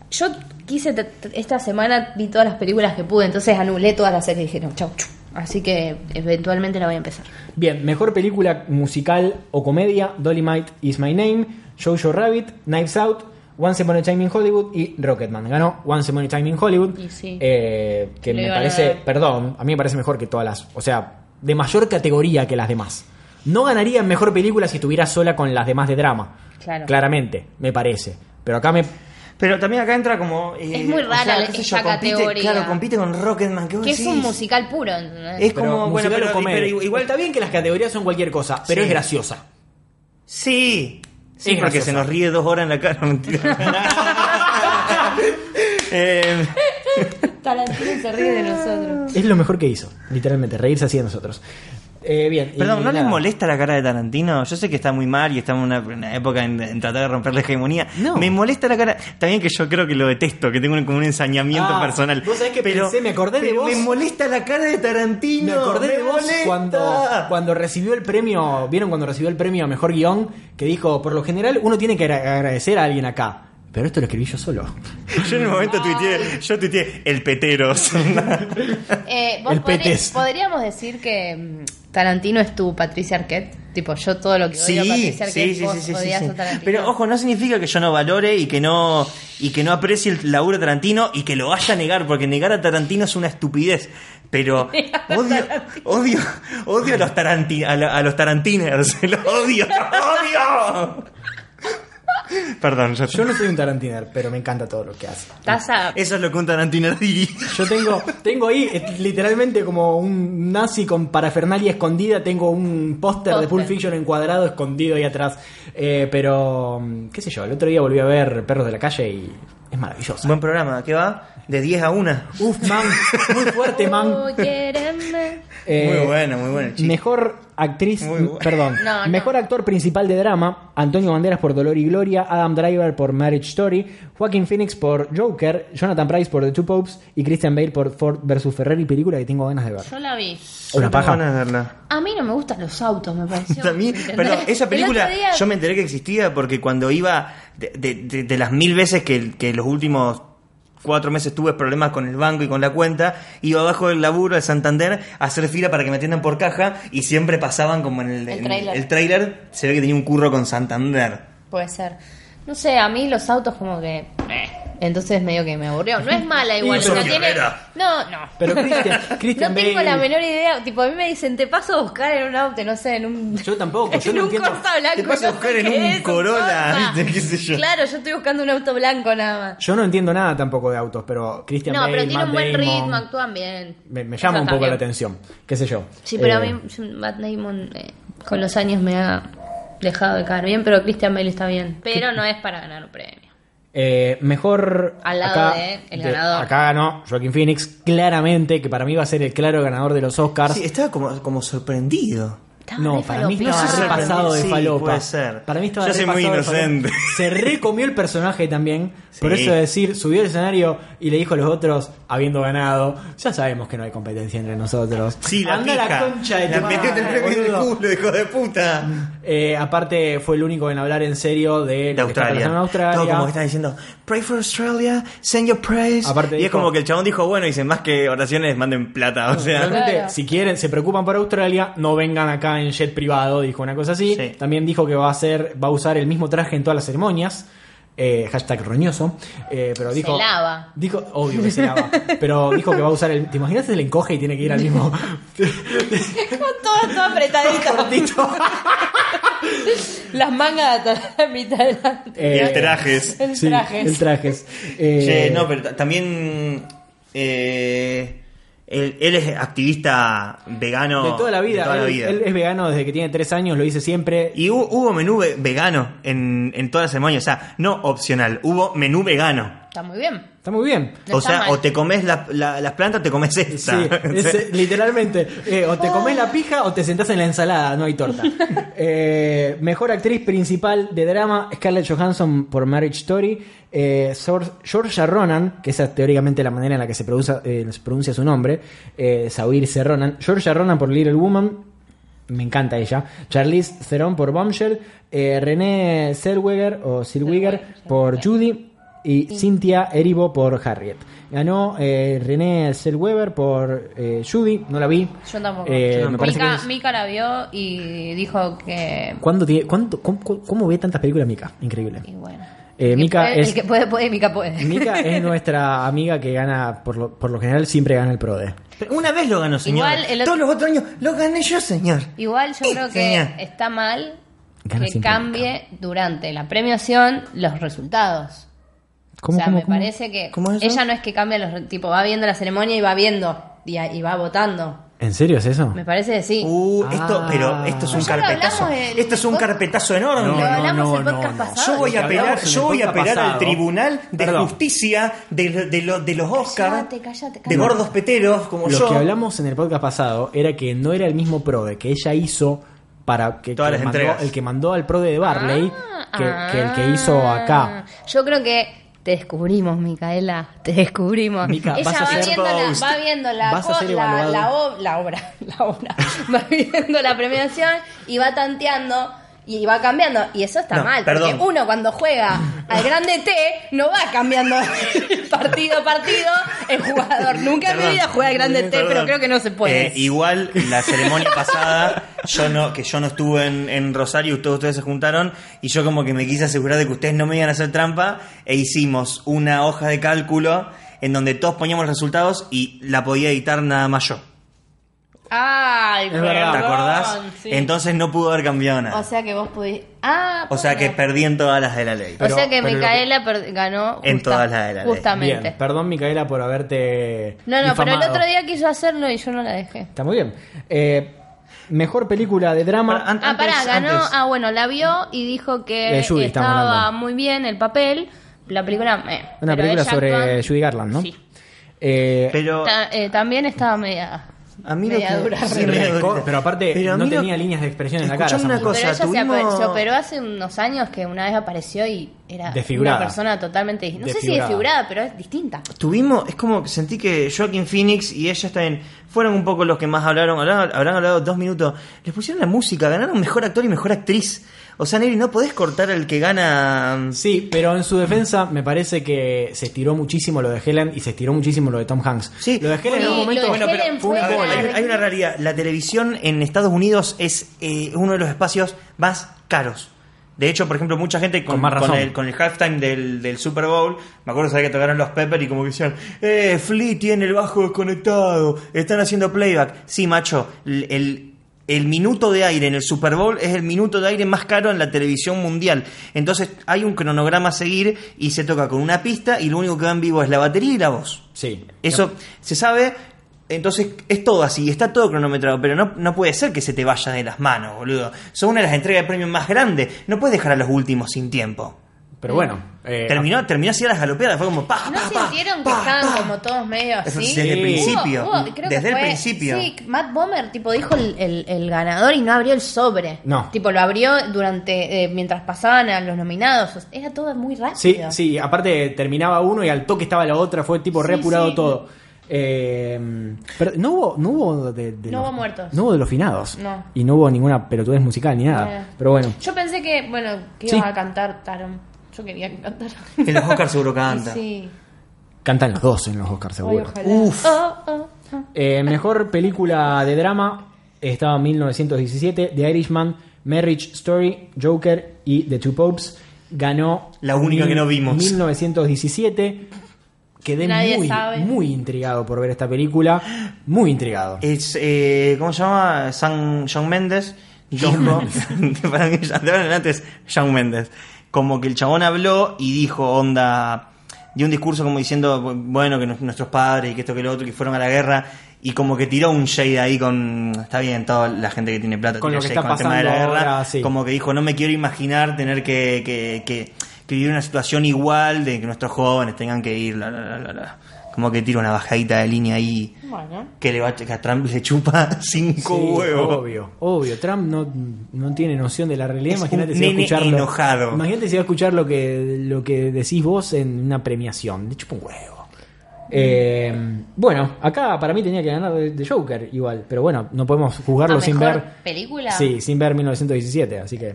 [SPEAKER 3] Yo quise, t- t- esta semana vi todas las películas que pude, entonces anulé todas las series y dije, no, chau, chau. Así que eventualmente la voy a empezar.
[SPEAKER 2] Bien, mejor película musical o comedia: Dolomite is My Name, Jojo Rabbit, Knives Out, Once Upon a Time in Hollywood y Rocketman. Ganó Once Upon a Time in Hollywood.
[SPEAKER 3] Y sí.
[SPEAKER 2] eh, que
[SPEAKER 3] Le
[SPEAKER 2] me
[SPEAKER 3] iban a
[SPEAKER 2] parece,
[SPEAKER 3] dar.
[SPEAKER 2] perdón, a mí me parece mejor que todas las. O sea, de mayor categoría que las demás. No ganaría en mejor película si estuviera sola con las demás de drama.
[SPEAKER 3] Claro.
[SPEAKER 2] Claramente, me parece. Pero acá me.
[SPEAKER 4] Pero también acá entra como. eh,
[SPEAKER 3] Es muy
[SPEAKER 4] o
[SPEAKER 3] rara
[SPEAKER 4] sea, qué sé
[SPEAKER 3] esa
[SPEAKER 4] compite-
[SPEAKER 3] categoría.
[SPEAKER 4] Claro, compite con Rocketman. ¿qué vos
[SPEAKER 3] Que es un
[SPEAKER 4] decís?
[SPEAKER 3] musical puro, ¿entendés?
[SPEAKER 4] Es
[SPEAKER 2] pero
[SPEAKER 4] como. Bueno,
[SPEAKER 2] musical
[SPEAKER 4] pero,
[SPEAKER 2] o comedia.
[SPEAKER 4] pero igual.
[SPEAKER 2] está bien que las categorías son cualquier cosa, pero
[SPEAKER 4] Sí.
[SPEAKER 2] es graciosa.
[SPEAKER 4] Sí. Sí,
[SPEAKER 2] Es
[SPEAKER 4] porque
[SPEAKER 2] graciosa.
[SPEAKER 4] se nos ríe dos horas en la cara, [LAUGHS]
[SPEAKER 2] [LAUGHS]
[SPEAKER 4] mentira. Eh,
[SPEAKER 3] Tarantino se ríe de nosotros.
[SPEAKER 2] Es lo mejor que hizo, literalmente, reírse así de nosotros. Eh, bien. y
[SPEAKER 4] perdón, ¿no les
[SPEAKER 2] nada.
[SPEAKER 4] molesta la cara de Tarantino? Yo sé que está muy mal y estamos en una, una época en, en tratar de romper la hegemonía.
[SPEAKER 2] Eh, No.
[SPEAKER 4] Me molesta la cara. También que yo creo que lo detesto, que tengo como un ensañamiento
[SPEAKER 2] Ah,
[SPEAKER 4] personal.
[SPEAKER 2] vos sabés que pensé, me acordé de
[SPEAKER 4] pero
[SPEAKER 2] vos.
[SPEAKER 4] Me molesta la cara de Tarantino.
[SPEAKER 2] Me acordé de vos
[SPEAKER 4] molesta.
[SPEAKER 2] cuando, cuando recibió el premio, ¿vieron cuando recibió el premio a Mejor Guión? Que dijo, por lo general uno tiene que agra- agradecer a alguien acá. Pero esto lo escribí yo solo.
[SPEAKER 4] Yo en el momento tuiteé, yo tuiteé el [LAUGHS] peteros.
[SPEAKER 3] Eh, vos
[SPEAKER 2] El
[SPEAKER 3] podrí-
[SPEAKER 2] Petes.
[SPEAKER 3] Podríamos decir que mm, Tarantino es tu Patricia Arquette. Tipo, yo todo lo que odio a
[SPEAKER 4] Sí,
[SPEAKER 3] Patricia Arquette,
[SPEAKER 4] sí, sí,
[SPEAKER 3] vos
[SPEAKER 4] sí, sí,
[SPEAKER 3] odias
[SPEAKER 4] sí.
[SPEAKER 3] a Tarantino.
[SPEAKER 4] Pero ojo, no significa que yo no valore y que no y que no aprecie el laburo de Tarantino y que lo vaya a negar, porque negar a Tarantino es una estupidez. [LAUGHS] Pero odio, odio, odio a los [LAUGHS] taranti, a, la- a los tarantiners, los odio, los odio. Perdón, yo,
[SPEAKER 2] Yo no soy un tarantiner, pero me encanta todo lo que hace.
[SPEAKER 3] Taza.
[SPEAKER 4] Eso es lo que un Tarantino diría.
[SPEAKER 2] Yo tengo, tengo ahí eh, literalmente como un nazi con parafernalia escondida, tengo un póster de
[SPEAKER 3] Póster.
[SPEAKER 2] Pulp Fiction encuadrado escondido ahí atrás. Eh, pero, mm, qué sé yo, el otro día volví a ver Perros de la Calle y es maravilloso.
[SPEAKER 4] Buen programa, ¿qué va? De 10 a 1.
[SPEAKER 2] Uf, man, muy fuerte, man.
[SPEAKER 3] Oh, quérenme.
[SPEAKER 2] Eh,
[SPEAKER 4] muy bueno, muy bueno, chico.
[SPEAKER 2] Mejor actriz,
[SPEAKER 4] Muy bueno.
[SPEAKER 2] perdón,
[SPEAKER 3] [LAUGHS] No, no.
[SPEAKER 2] mejor actor principal de drama, Antonio Banderas por Dolor y Gloria, Adam Driver por Marriage Story, Joaquin Phoenix por Joker, Jonathan Price por The Two Popes y Christian Bale por Ford vs Ferrari, película que tengo ganas de ver.
[SPEAKER 3] Yo la vi.
[SPEAKER 2] Una paja.
[SPEAKER 4] Ganas de verla.
[SPEAKER 3] A mí no me gustan los autos, me
[SPEAKER 4] [LAUGHS]
[SPEAKER 3] pareció.
[SPEAKER 4] También,
[SPEAKER 3] ¿entendés?
[SPEAKER 4] pero esa
[SPEAKER 3] El
[SPEAKER 4] película
[SPEAKER 3] otro día-
[SPEAKER 4] yo me enteré que existía porque cuando iba, de, de- de- de las mil veces que, que los últimos cuatro meses tuve problemas con el banco y con la cuenta, iba abajo del laburo al Santander a hacer fila para que me atiendan por caja y siempre pasaban como en el,
[SPEAKER 3] El
[SPEAKER 4] en
[SPEAKER 3] tráiler.
[SPEAKER 4] el tráiler, se ve que tenía un curro con Santander.
[SPEAKER 3] Puede ser. No sé, a mí los autos como que... eh, Entonces medio que me aburrió. No es mala igual.
[SPEAKER 4] pero-
[SPEAKER 3] no, tiene...
[SPEAKER 4] Guerrera.
[SPEAKER 3] no, no.
[SPEAKER 2] Pero Christian, Christian
[SPEAKER 3] [LAUGHS] no tengo
[SPEAKER 2] Bale-
[SPEAKER 3] la menor idea. Tipo, a mí me dicen, te paso a buscar en un auto, no sé, en un...
[SPEAKER 2] Yo tampoco, yo
[SPEAKER 3] [LAUGHS] en
[SPEAKER 2] no
[SPEAKER 3] un
[SPEAKER 2] entiendo.
[SPEAKER 3] Corsa blanco.
[SPEAKER 4] Te paso a
[SPEAKER 3] no
[SPEAKER 4] buscar
[SPEAKER 3] sé
[SPEAKER 4] en
[SPEAKER 3] qué
[SPEAKER 4] un
[SPEAKER 3] es,
[SPEAKER 4] Corolla,
[SPEAKER 3] Corsa.
[SPEAKER 4] ¿viste? Qué sé yo.
[SPEAKER 3] Claro, yo estoy buscando un auto blanco nada más.
[SPEAKER 2] Yo no entiendo nada tampoco de autos, pero Christian
[SPEAKER 3] no,
[SPEAKER 2] Bale,
[SPEAKER 3] pero tiene
[SPEAKER 2] Matt
[SPEAKER 3] un buen
[SPEAKER 2] Damon,
[SPEAKER 3] ritmo, actúan bien.
[SPEAKER 2] Me, me
[SPEAKER 3] O
[SPEAKER 2] llama
[SPEAKER 3] sea,
[SPEAKER 2] un poco
[SPEAKER 3] está
[SPEAKER 2] la
[SPEAKER 3] bien.
[SPEAKER 2] atención, qué sé yo.
[SPEAKER 3] Sí, pero a
[SPEAKER 2] Eh,
[SPEAKER 3] mí Matt Damon eh, con los años me ha dejado de caer bien, pero Christian Bale está bien. Pero no es para ganar un premio.
[SPEAKER 2] Eh, mejor
[SPEAKER 3] Al lado de el ganador.
[SPEAKER 2] Acá ganó Joaquin Phoenix, claramente, que para mí va a ser el claro ganador de los Oscars.
[SPEAKER 4] Sí, estaba como, como sorprendido.
[SPEAKER 3] Estaba
[SPEAKER 2] no,
[SPEAKER 3] re
[SPEAKER 2] para mí
[SPEAKER 3] falopita.
[SPEAKER 2] estaba
[SPEAKER 4] No sé,
[SPEAKER 2] repasado de
[SPEAKER 4] sí,
[SPEAKER 2] falopa.
[SPEAKER 4] puede ser.
[SPEAKER 2] Para mí estaba
[SPEAKER 4] Yo soy muy
[SPEAKER 2] repasado de
[SPEAKER 4] inocente.
[SPEAKER 2] falopa. Se recomió el personaje también. Por
[SPEAKER 4] Sí.
[SPEAKER 2] eso decir, subió al escenario y le dijo a los otros, habiendo ganado, ya sabemos que no hay competencia entre nosotros.
[SPEAKER 4] Sí, la
[SPEAKER 2] Anda
[SPEAKER 4] pija.
[SPEAKER 2] la concha de tu
[SPEAKER 4] La
[SPEAKER 2] madre,
[SPEAKER 4] metiste en el
[SPEAKER 2] boludo.
[SPEAKER 4] culo, hijo de puta.
[SPEAKER 2] Eh, aparte fue el único en hablar en serio de, lo
[SPEAKER 4] de
[SPEAKER 2] que está
[SPEAKER 4] Australia.
[SPEAKER 2] pasando en Australia.
[SPEAKER 4] Todo como que están diciendo, pray for Australia, send your prayers.
[SPEAKER 2] Aparte
[SPEAKER 4] y es
[SPEAKER 2] dijo-
[SPEAKER 4] como que el chabón dijo, bueno, dice, más que oraciones, manden plata. O sea,
[SPEAKER 2] Realmente,
[SPEAKER 3] Claro.
[SPEAKER 2] si quieren, se preocupan por Australia, no vengan acá en jet privado, dijo una cosa así.
[SPEAKER 4] Sí.
[SPEAKER 2] También dijo que va a hacer, va a usar el mismo traje en todas las ceremonias. Eh, hashtag roñoso. Eh, pero
[SPEAKER 3] Se
[SPEAKER 2] dijo.
[SPEAKER 3] lava.
[SPEAKER 2] Dijo, obvio que se lava. pero dijo que va a usar el. ¿Te imaginas el encoge y tiene que ir al mismo
[SPEAKER 3] Con todo, todo
[SPEAKER 2] [LAUGHS]
[SPEAKER 3] apretadito. [LAUGHS]
[SPEAKER 2] cortito?
[SPEAKER 3] Las mangas hasta la mitad de la...
[SPEAKER 2] Eh,
[SPEAKER 4] y el trajes.
[SPEAKER 3] El
[SPEAKER 2] Sí,
[SPEAKER 3] traje.
[SPEAKER 2] el trajes. Eh,
[SPEAKER 4] Che, no, pero ta- también. eh, él, él es activista vegano.
[SPEAKER 2] de toda la vida.
[SPEAKER 4] de toda la
[SPEAKER 2] él,
[SPEAKER 4] vida.
[SPEAKER 2] él es vegano desde que tiene tres años, lo dice siempre.
[SPEAKER 4] Y hu- hubo menú ve- vegano en, en toda la ceremonia. O sea, no opcional. Hubo menú vegano.
[SPEAKER 3] Está muy bien.
[SPEAKER 2] Está muy bien.
[SPEAKER 3] No
[SPEAKER 4] o
[SPEAKER 3] está
[SPEAKER 4] sea,
[SPEAKER 3] mal.
[SPEAKER 4] o te comes la- la- las plantas o te comes
[SPEAKER 2] Sí,
[SPEAKER 4] esta. [LAUGHS]
[SPEAKER 2] es, eh, literalmente. eh, o te comes la pija o te sentás en la ensalada, no hay torta. Eh, mejor actriz principal de drama, Scarlett Johansson por Marriage Story. Eh, Sor- Saoirse Ronan, que esa es teóricamente la manera en la que se, produce- eh, se pronuncia su nombre, eh, Saoirse Ronan. Georgia Ronan por Little Woman, me encanta ella. Charlize Theron por Bombshell. eh, René Zellweger o Zellweger por Judy. Y Cynthia Erivo por Harriet. Ganó eh, René Zellweger por eh, Judy. No la vi.
[SPEAKER 3] Yo tampoco.
[SPEAKER 2] Eh,
[SPEAKER 4] Yo
[SPEAKER 2] me
[SPEAKER 4] tampoco.
[SPEAKER 2] parece que
[SPEAKER 3] Mika,
[SPEAKER 2] es-
[SPEAKER 3] Mika la vio y dijo que...
[SPEAKER 2] ¿Cuándo tiene- cuánto- cómo, cómo- cómo ve tantas películas Mika?
[SPEAKER 3] [LAUGHS]
[SPEAKER 2] Increíble.
[SPEAKER 3] Y bueno.
[SPEAKER 2] Eh,
[SPEAKER 3] El que
[SPEAKER 2] Mika
[SPEAKER 3] puede-
[SPEAKER 2] es-
[SPEAKER 3] El que puede, puede, Mika puede.
[SPEAKER 2] Mika es nuestra amiga que gana, por lo, por lo general, siempre gana el PRODE.
[SPEAKER 4] Pero Una vez lo ganó, señor.
[SPEAKER 3] Igual el otro-
[SPEAKER 4] Todos los otros años lo gané yo, señor.
[SPEAKER 3] [LAUGHS] Igual yo creo que
[SPEAKER 4] Genial.
[SPEAKER 3] está mal
[SPEAKER 2] Gana
[SPEAKER 3] que
[SPEAKER 2] siempre
[SPEAKER 3] cambie durante la premiación los resultados.
[SPEAKER 2] ¿Cómo,
[SPEAKER 3] o sea,
[SPEAKER 2] cómo,
[SPEAKER 3] me
[SPEAKER 2] cómo?
[SPEAKER 3] parece que
[SPEAKER 4] ¿Cómo es eso?
[SPEAKER 3] ella no es que cambia los... re- Tipo, va viendo la ceremonia y va viendo y, y va votando.
[SPEAKER 2] ¿En serio es eso?
[SPEAKER 3] Me parece que sí.
[SPEAKER 4] Uh,
[SPEAKER 2] Ah.
[SPEAKER 4] esto, pero esto es un
[SPEAKER 3] Ya lo hablamos
[SPEAKER 4] carpetazo.
[SPEAKER 3] en-
[SPEAKER 4] Esto es un carpetazo enorme.
[SPEAKER 3] Lo
[SPEAKER 2] No, no,
[SPEAKER 3] hablamos
[SPEAKER 2] no,
[SPEAKER 3] el podcast
[SPEAKER 2] no, no.
[SPEAKER 3] pasado.
[SPEAKER 4] Yo voy a
[SPEAKER 2] Lo que
[SPEAKER 4] apelar,
[SPEAKER 2] hablamos en el
[SPEAKER 4] yo voy a
[SPEAKER 2] podcast
[SPEAKER 4] apelar al
[SPEAKER 2] pasado.
[SPEAKER 4] Tribunal de
[SPEAKER 2] Perdón.
[SPEAKER 4] Justicia de, lo- de lo- de los Oscars,
[SPEAKER 3] Cállate, cállate,
[SPEAKER 4] de
[SPEAKER 3] cállate.
[SPEAKER 4] gordos peteros como
[SPEAKER 2] Lo
[SPEAKER 4] yo.
[SPEAKER 2] que hablamos en el podcast pasado era que no era el mismo PRODE que ella hizo para que,
[SPEAKER 4] Todas
[SPEAKER 2] que
[SPEAKER 4] las
[SPEAKER 2] mandó-
[SPEAKER 4] entregas.
[SPEAKER 2] el que mandó al PRODE de Barley
[SPEAKER 3] Ah,
[SPEAKER 2] que,
[SPEAKER 3] ah.
[SPEAKER 2] que el que hizo acá.
[SPEAKER 3] Yo creo que te descubrimos, Micaela. Te descubrimos.
[SPEAKER 2] Mica,
[SPEAKER 3] Ella
[SPEAKER 2] vas a
[SPEAKER 3] va,
[SPEAKER 2] ser
[SPEAKER 3] viendo
[SPEAKER 4] post.
[SPEAKER 3] la, va viendo la,
[SPEAKER 2] Vas a
[SPEAKER 3] co-
[SPEAKER 2] ser
[SPEAKER 3] la,
[SPEAKER 2] evaluado.
[SPEAKER 3] la ob- la obra. [LAUGHS] La obra. va viendo la premiación y va tanteando. Y va cambiando, y eso está
[SPEAKER 4] No,
[SPEAKER 3] mal,
[SPEAKER 4] perdón.
[SPEAKER 3] porque uno cuando juega al grande T no va cambiando [LAUGHS] partido a partido el jugador. Nunca en mi
[SPEAKER 4] Perdón.
[SPEAKER 3] vida jugué al grande T,
[SPEAKER 4] Perdón.
[SPEAKER 3] pero creo que no se puede.
[SPEAKER 4] Eh, igual la ceremonia pasada, yo no, que yo no estuve en, en Rosario, ustedes, ustedes se juntaron y yo como que me quise asegurar de que ustedes no me iban a hacer trampa e hicimos una hoja de cálculo en donde todos poníamos los resultados y la podía editar nada más yo.
[SPEAKER 3] ah, Ay,
[SPEAKER 2] Es verdad.
[SPEAKER 4] ¿Te acordás?
[SPEAKER 3] perdón, sí.
[SPEAKER 4] Entonces no pudo haber cambiado nada.
[SPEAKER 3] O sea que vos pudiste. Ah,
[SPEAKER 4] O sea que
[SPEAKER 3] bueno.
[SPEAKER 4] perdí en todas las de la ley.
[SPEAKER 2] Pero-
[SPEAKER 3] o sea
[SPEAKER 2] pero
[SPEAKER 3] que
[SPEAKER 2] lo que-
[SPEAKER 3] Micaela per- ganó.
[SPEAKER 4] En
[SPEAKER 3] justa-
[SPEAKER 4] todas las de la ley.
[SPEAKER 3] Justamente.
[SPEAKER 2] Bien, perdón Micaela por haberte.
[SPEAKER 3] No, no, pero el
[SPEAKER 2] difamado.
[SPEAKER 3] otro día quiso hacerlo y yo no la dejé.
[SPEAKER 2] Está muy bien. Eh, mejor película de drama.
[SPEAKER 4] Para- an-
[SPEAKER 3] Ah, pará,
[SPEAKER 4] Antes-
[SPEAKER 3] ganó.
[SPEAKER 4] antes.
[SPEAKER 3] Ah, bueno, la vio y dijo que
[SPEAKER 2] De Judy estamos
[SPEAKER 3] estaba
[SPEAKER 2] hablando.
[SPEAKER 3] muy bien el papel. La película. eh,
[SPEAKER 2] una
[SPEAKER 3] pero
[SPEAKER 2] película
[SPEAKER 3] ella
[SPEAKER 2] sobre
[SPEAKER 3] actúa-
[SPEAKER 2] Judy Garland, ¿no?
[SPEAKER 3] Sí.
[SPEAKER 2] Eh,
[SPEAKER 4] Pero
[SPEAKER 3] Ta- eh, también estaba media.
[SPEAKER 4] a mí lo
[SPEAKER 3] media
[SPEAKER 4] que-
[SPEAKER 3] dura.
[SPEAKER 4] sí,
[SPEAKER 2] re
[SPEAKER 4] media
[SPEAKER 2] co-
[SPEAKER 4] dura.
[SPEAKER 2] pero aparte
[SPEAKER 4] Pero a
[SPEAKER 2] no
[SPEAKER 4] mí lo-
[SPEAKER 2] tenía líneas de expresión en la cara.
[SPEAKER 4] Escuchame
[SPEAKER 2] esa
[SPEAKER 4] una
[SPEAKER 2] mujer.
[SPEAKER 4] cosa.
[SPEAKER 3] Pero ella se ape-
[SPEAKER 4] tuvimos-
[SPEAKER 3] se operó hace unos años que una vez apareció y era
[SPEAKER 2] Desfigurada.
[SPEAKER 3] una persona totalmente dis- No sé si
[SPEAKER 2] Desfigurada.
[SPEAKER 3] desfigurada, pero es distinta.
[SPEAKER 4] Tuvimos, es como que sentí que Joaquin Phoenix y ella también fueron un poco los que más hablaron, hablaron- habrán hablado dos minutos, les pusieron la música, ganaron mejor actor y mejor actriz. O sea, Neri, no podés cortar el que gana.
[SPEAKER 2] Sí, pero en su defensa me parece que se estiró muchísimo lo de Helen y se estiró muchísimo lo de Tom Hanks.
[SPEAKER 4] Sí.
[SPEAKER 2] lo de Helen
[SPEAKER 3] Sí,
[SPEAKER 2] en un momento
[SPEAKER 3] lo de Helen
[SPEAKER 2] fue un
[SPEAKER 3] fue
[SPEAKER 4] A
[SPEAKER 2] gol.
[SPEAKER 4] ver, hay, hay una realidad, la televisión en Estados Unidos es eh, uno de los espacios más caros. De hecho, por ejemplo, mucha gente con,
[SPEAKER 2] Con más razón.
[SPEAKER 4] con el, con el halftime del, del Super Bowl, me acuerdo sabía que tocaron los Pepper y como que decían, eh, Flea tiene el bajo desconectado, están haciendo playback. Sí, macho, el, el- el minuto de aire en el Super Bowl es el minuto de aire más caro en la televisión mundial. Entonces hay un cronograma a seguir y se toca con una pista y lo único que va en vivo es la batería y la voz.
[SPEAKER 2] Sí.
[SPEAKER 4] Eso se sabe, entonces es todo así, está todo cronometrado, pero no, no puede ser que se te vaya de las manos, boludo. Son una de las entregas de premios más grandes, no puedes dejar a los últimos sin tiempo.
[SPEAKER 2] Pero bueno. eh,
[SPEAKER 4] terminó, terminó así a las galopeadas, fue como pa,
[SPEAKER 3] ¿No
[SPEAKER 4] pa, pa,
[SPEAKER 3] sintieron que
[SPEAKER 4] pa,
[SPEAKER 3] estaban
[SPEAKER 4] pa.
[SPEAKER 3] como todos medio
[SPEAKER 4] Eso
[SPEAKER 3] así?
[SPEAKER 4] sí, Desde el
[SPEAKER 2] Sí.
[SPEAKER 4] principio.
[SPEAKER 3] Hubo- hubo- creo que
[SPEAKER 4] desde el
[SPEAKER 3] fue-
[SPEAKER 4] principio.
[SPEAKER 3] Sí, Matt Bomer tipo dijo el, el- el ganador y no abrió el sobre.
[SPEAKER 2] No.
[SPEAKER 3] Tipo lo abrió durante eh, mientras pasaban a los nominados. O sea, Era todo muy rápido.
[SPEAKER 2] Sí, sí, aparte terminaba uno y al toque estaba la otra, fue tipo re
[SPEAKER 3] Sí,
[SPEAKER 2] apurado
[SPEAKER 3] sí.
[SPEAKER 2] todo. Eh, pero no hubo, no hubo de, de
[SPEAKER 3] No
[SPEAKER 2] los-
[SPEAKER 3] hubo muertos.
[SPEAKER 2] No hubo de los finados.
[SPEAKER 3] No. Eh.
[SPEAKER 2] Y no hubo ninguna pelotudez musical ni nada.
[SPEAKER 3] No.
[SPEAKER 2] Pero bueno.
[SPEAKER 3] Yo pensé que, bueno, que
[SPEAKER 2] Sí.
[SPEAKER 3] ibas a cantar Taron. Yo quería que cantara.
[SPEAKER 4] En los Oscars seguro canta.
[SPEAKER 3] Sí.
[SPEAKER 2] Cantan los dos en los Oscars
[SPEAKER 3] Ay,
[SPEAKER 2] seguro.
[SPEAKER 3] ojalá.
[SPEAKER 4] Uf.
[SPEAKER 3] Oh, oh, oh.
[SPEAKER 2] Eh, mejor película de drama estaba 1917, The Irishman, Marriage Story, Joker y The Two Popes. Ganó
[SPEAKER 4] La única que no vimos.
[SPEAKER 2] 1917. Quedé
[SPEAKER 3] Nadie
[SPEAKER 2] muy,
[SPEAKER 3] sabe.
[SPEAKER 2] muy intrigado por ver esta película. Muy intrigado.
[SPEAKER 4] Es, eh, ¿Cómo se llama? San, Shawn Mendes. dijo- [LAUGHS] para mí, ya- de ahora en adelante es Shawn Mendes. Como que el chabón habló y dijo, onda, dio un discurso como diciendo, bueno, que nu- nuestros padres y que esto que lo otro, que fueron a la guerra. Y como que tiró un shade ahí con. Está bien, toda la gente que tiene plata
[SPEAKER 2] Con
[SPEAKER 4] tira
[SPEAKER 2] lo que
[SPEAKER 4] shade
[SPEAKER 2] está pasando ahora, sí.
[SPEAKER 4] Como que dijo, no me quiero imaginar tener que, que, que- que vivir una situación igual de que nuestros jóvenes tengan que ir. la, la, la, la, la". Como que tira una bajadita de línea ahí
[SPEAKER 3] Bueno.
[SPEAKER 4] que, le va, que a Trump le chupa [LAUGHS] cinco
[SPEAKER 2] Sí,
[SPEAKER 4] huevos.
[SPEAKER 2] Obvio, obvio. Trump no, no tiene noción de la realidad.
[SPEAKER 4] Es
[SPEAKER 2] Imagínate
[SPEAKER 4] un
[SPEAKER 2] si va a
[SPEAKER 4] nene
[SPEAKER 2] escuchar lo-
[SPEAKER 4] enojado.
[SPEAKER 2] Imagínate si va a escuchar lo que, lo que decís vos en una premiación. De chupa un huevo. Eh, bueno, acá para mí tenía que ganar de de Joker igual, pero bueno, no podemos jugarlo
[SPEAKER 3] ¿A
[SPEAKER 2] sin
[SPEAKER 3] mejor
[SPEAKER 2] ver.
[SPEAKER 3] película?
[SPEAKER 2] Sí, sin ver 1917, así que.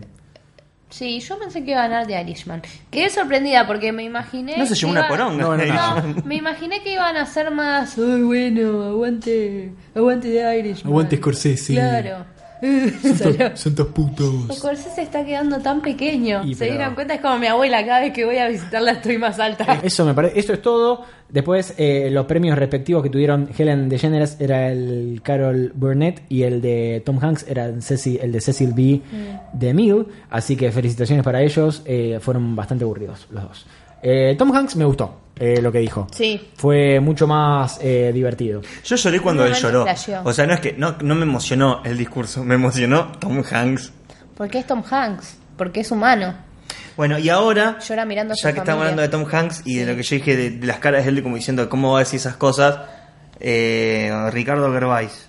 [SPEAKER 3] Sí, yo pensé que iba a ganar de Irishman. Quedé sorprendida porque me imaginé.
[SPEAKER 4] No se llevó
[SPEAKER 3] que
[SPEAKER 4] una
[SPEAKER 3] iba-
[SPEAKER 4] poronga.
[SPEAKER 2] No, no,
[SPEAKER 3] No, me imaginé que iban a ser más. Ay, bueno, aguante. Aguante de Irishman.
[SPEAKER 2] Aguante Scorsese.
[SPEAKER 3] Claro. [LAUGHS] Salió.
[SPEAKER 2] Santos putos.
[SPEAKER 3] Scorsese está quedando tan pequeño.
[SPEAKER 2] Y
[SPEAKER 3] Se
[SPEAKER 2] pero-
[SPEAKER 3] dieron cuenta, es como mi abuela. Cada vez que voy a visitarla estoy más alta.
[SPEAKER 2] Eh, Eso me parece. Esto es todo. Después, eh, los premios respectivos que tuvieron Helen DeGeneres era el Carol Burnett y el de Tom Hanks era el, Ceci- el de Cecil B. DeMille. Así que felicitaciones para ellos. Eh, fueron bastante aburridos los dos. Eh, Tom Hanks me gustó eh, lo que dijo.
[SPEAKER 3] Sí.
[SPEAKER 2] Fue mucho más eh, divertido.
[SPEAKER 4] Yo lloré cuando él
[SPEAKER 3] Realmente
[SPEAKER 4] lloró.
[SPEAKER 3] flasheó.
[SPEAKER 4] O sea, no es que no, no me emocionó el discurso, me emocionó Tom Hanks.
[SPEAKER 3] Porque es Tom Hanks. Porque es humano.
[SPEAKER 4] Bueno, y ahora,
[SPEAKER 3] Llora mirando a su
[SPEAKER 4] ya que estamos hablando
[SPEAKER 3] familia.
[SPEAKER 4] de Tom Hanks y de lo que yo dije de, de las caras de él, como diciendo cómo va a decir esas cosas, eh, Ricardo Gervais.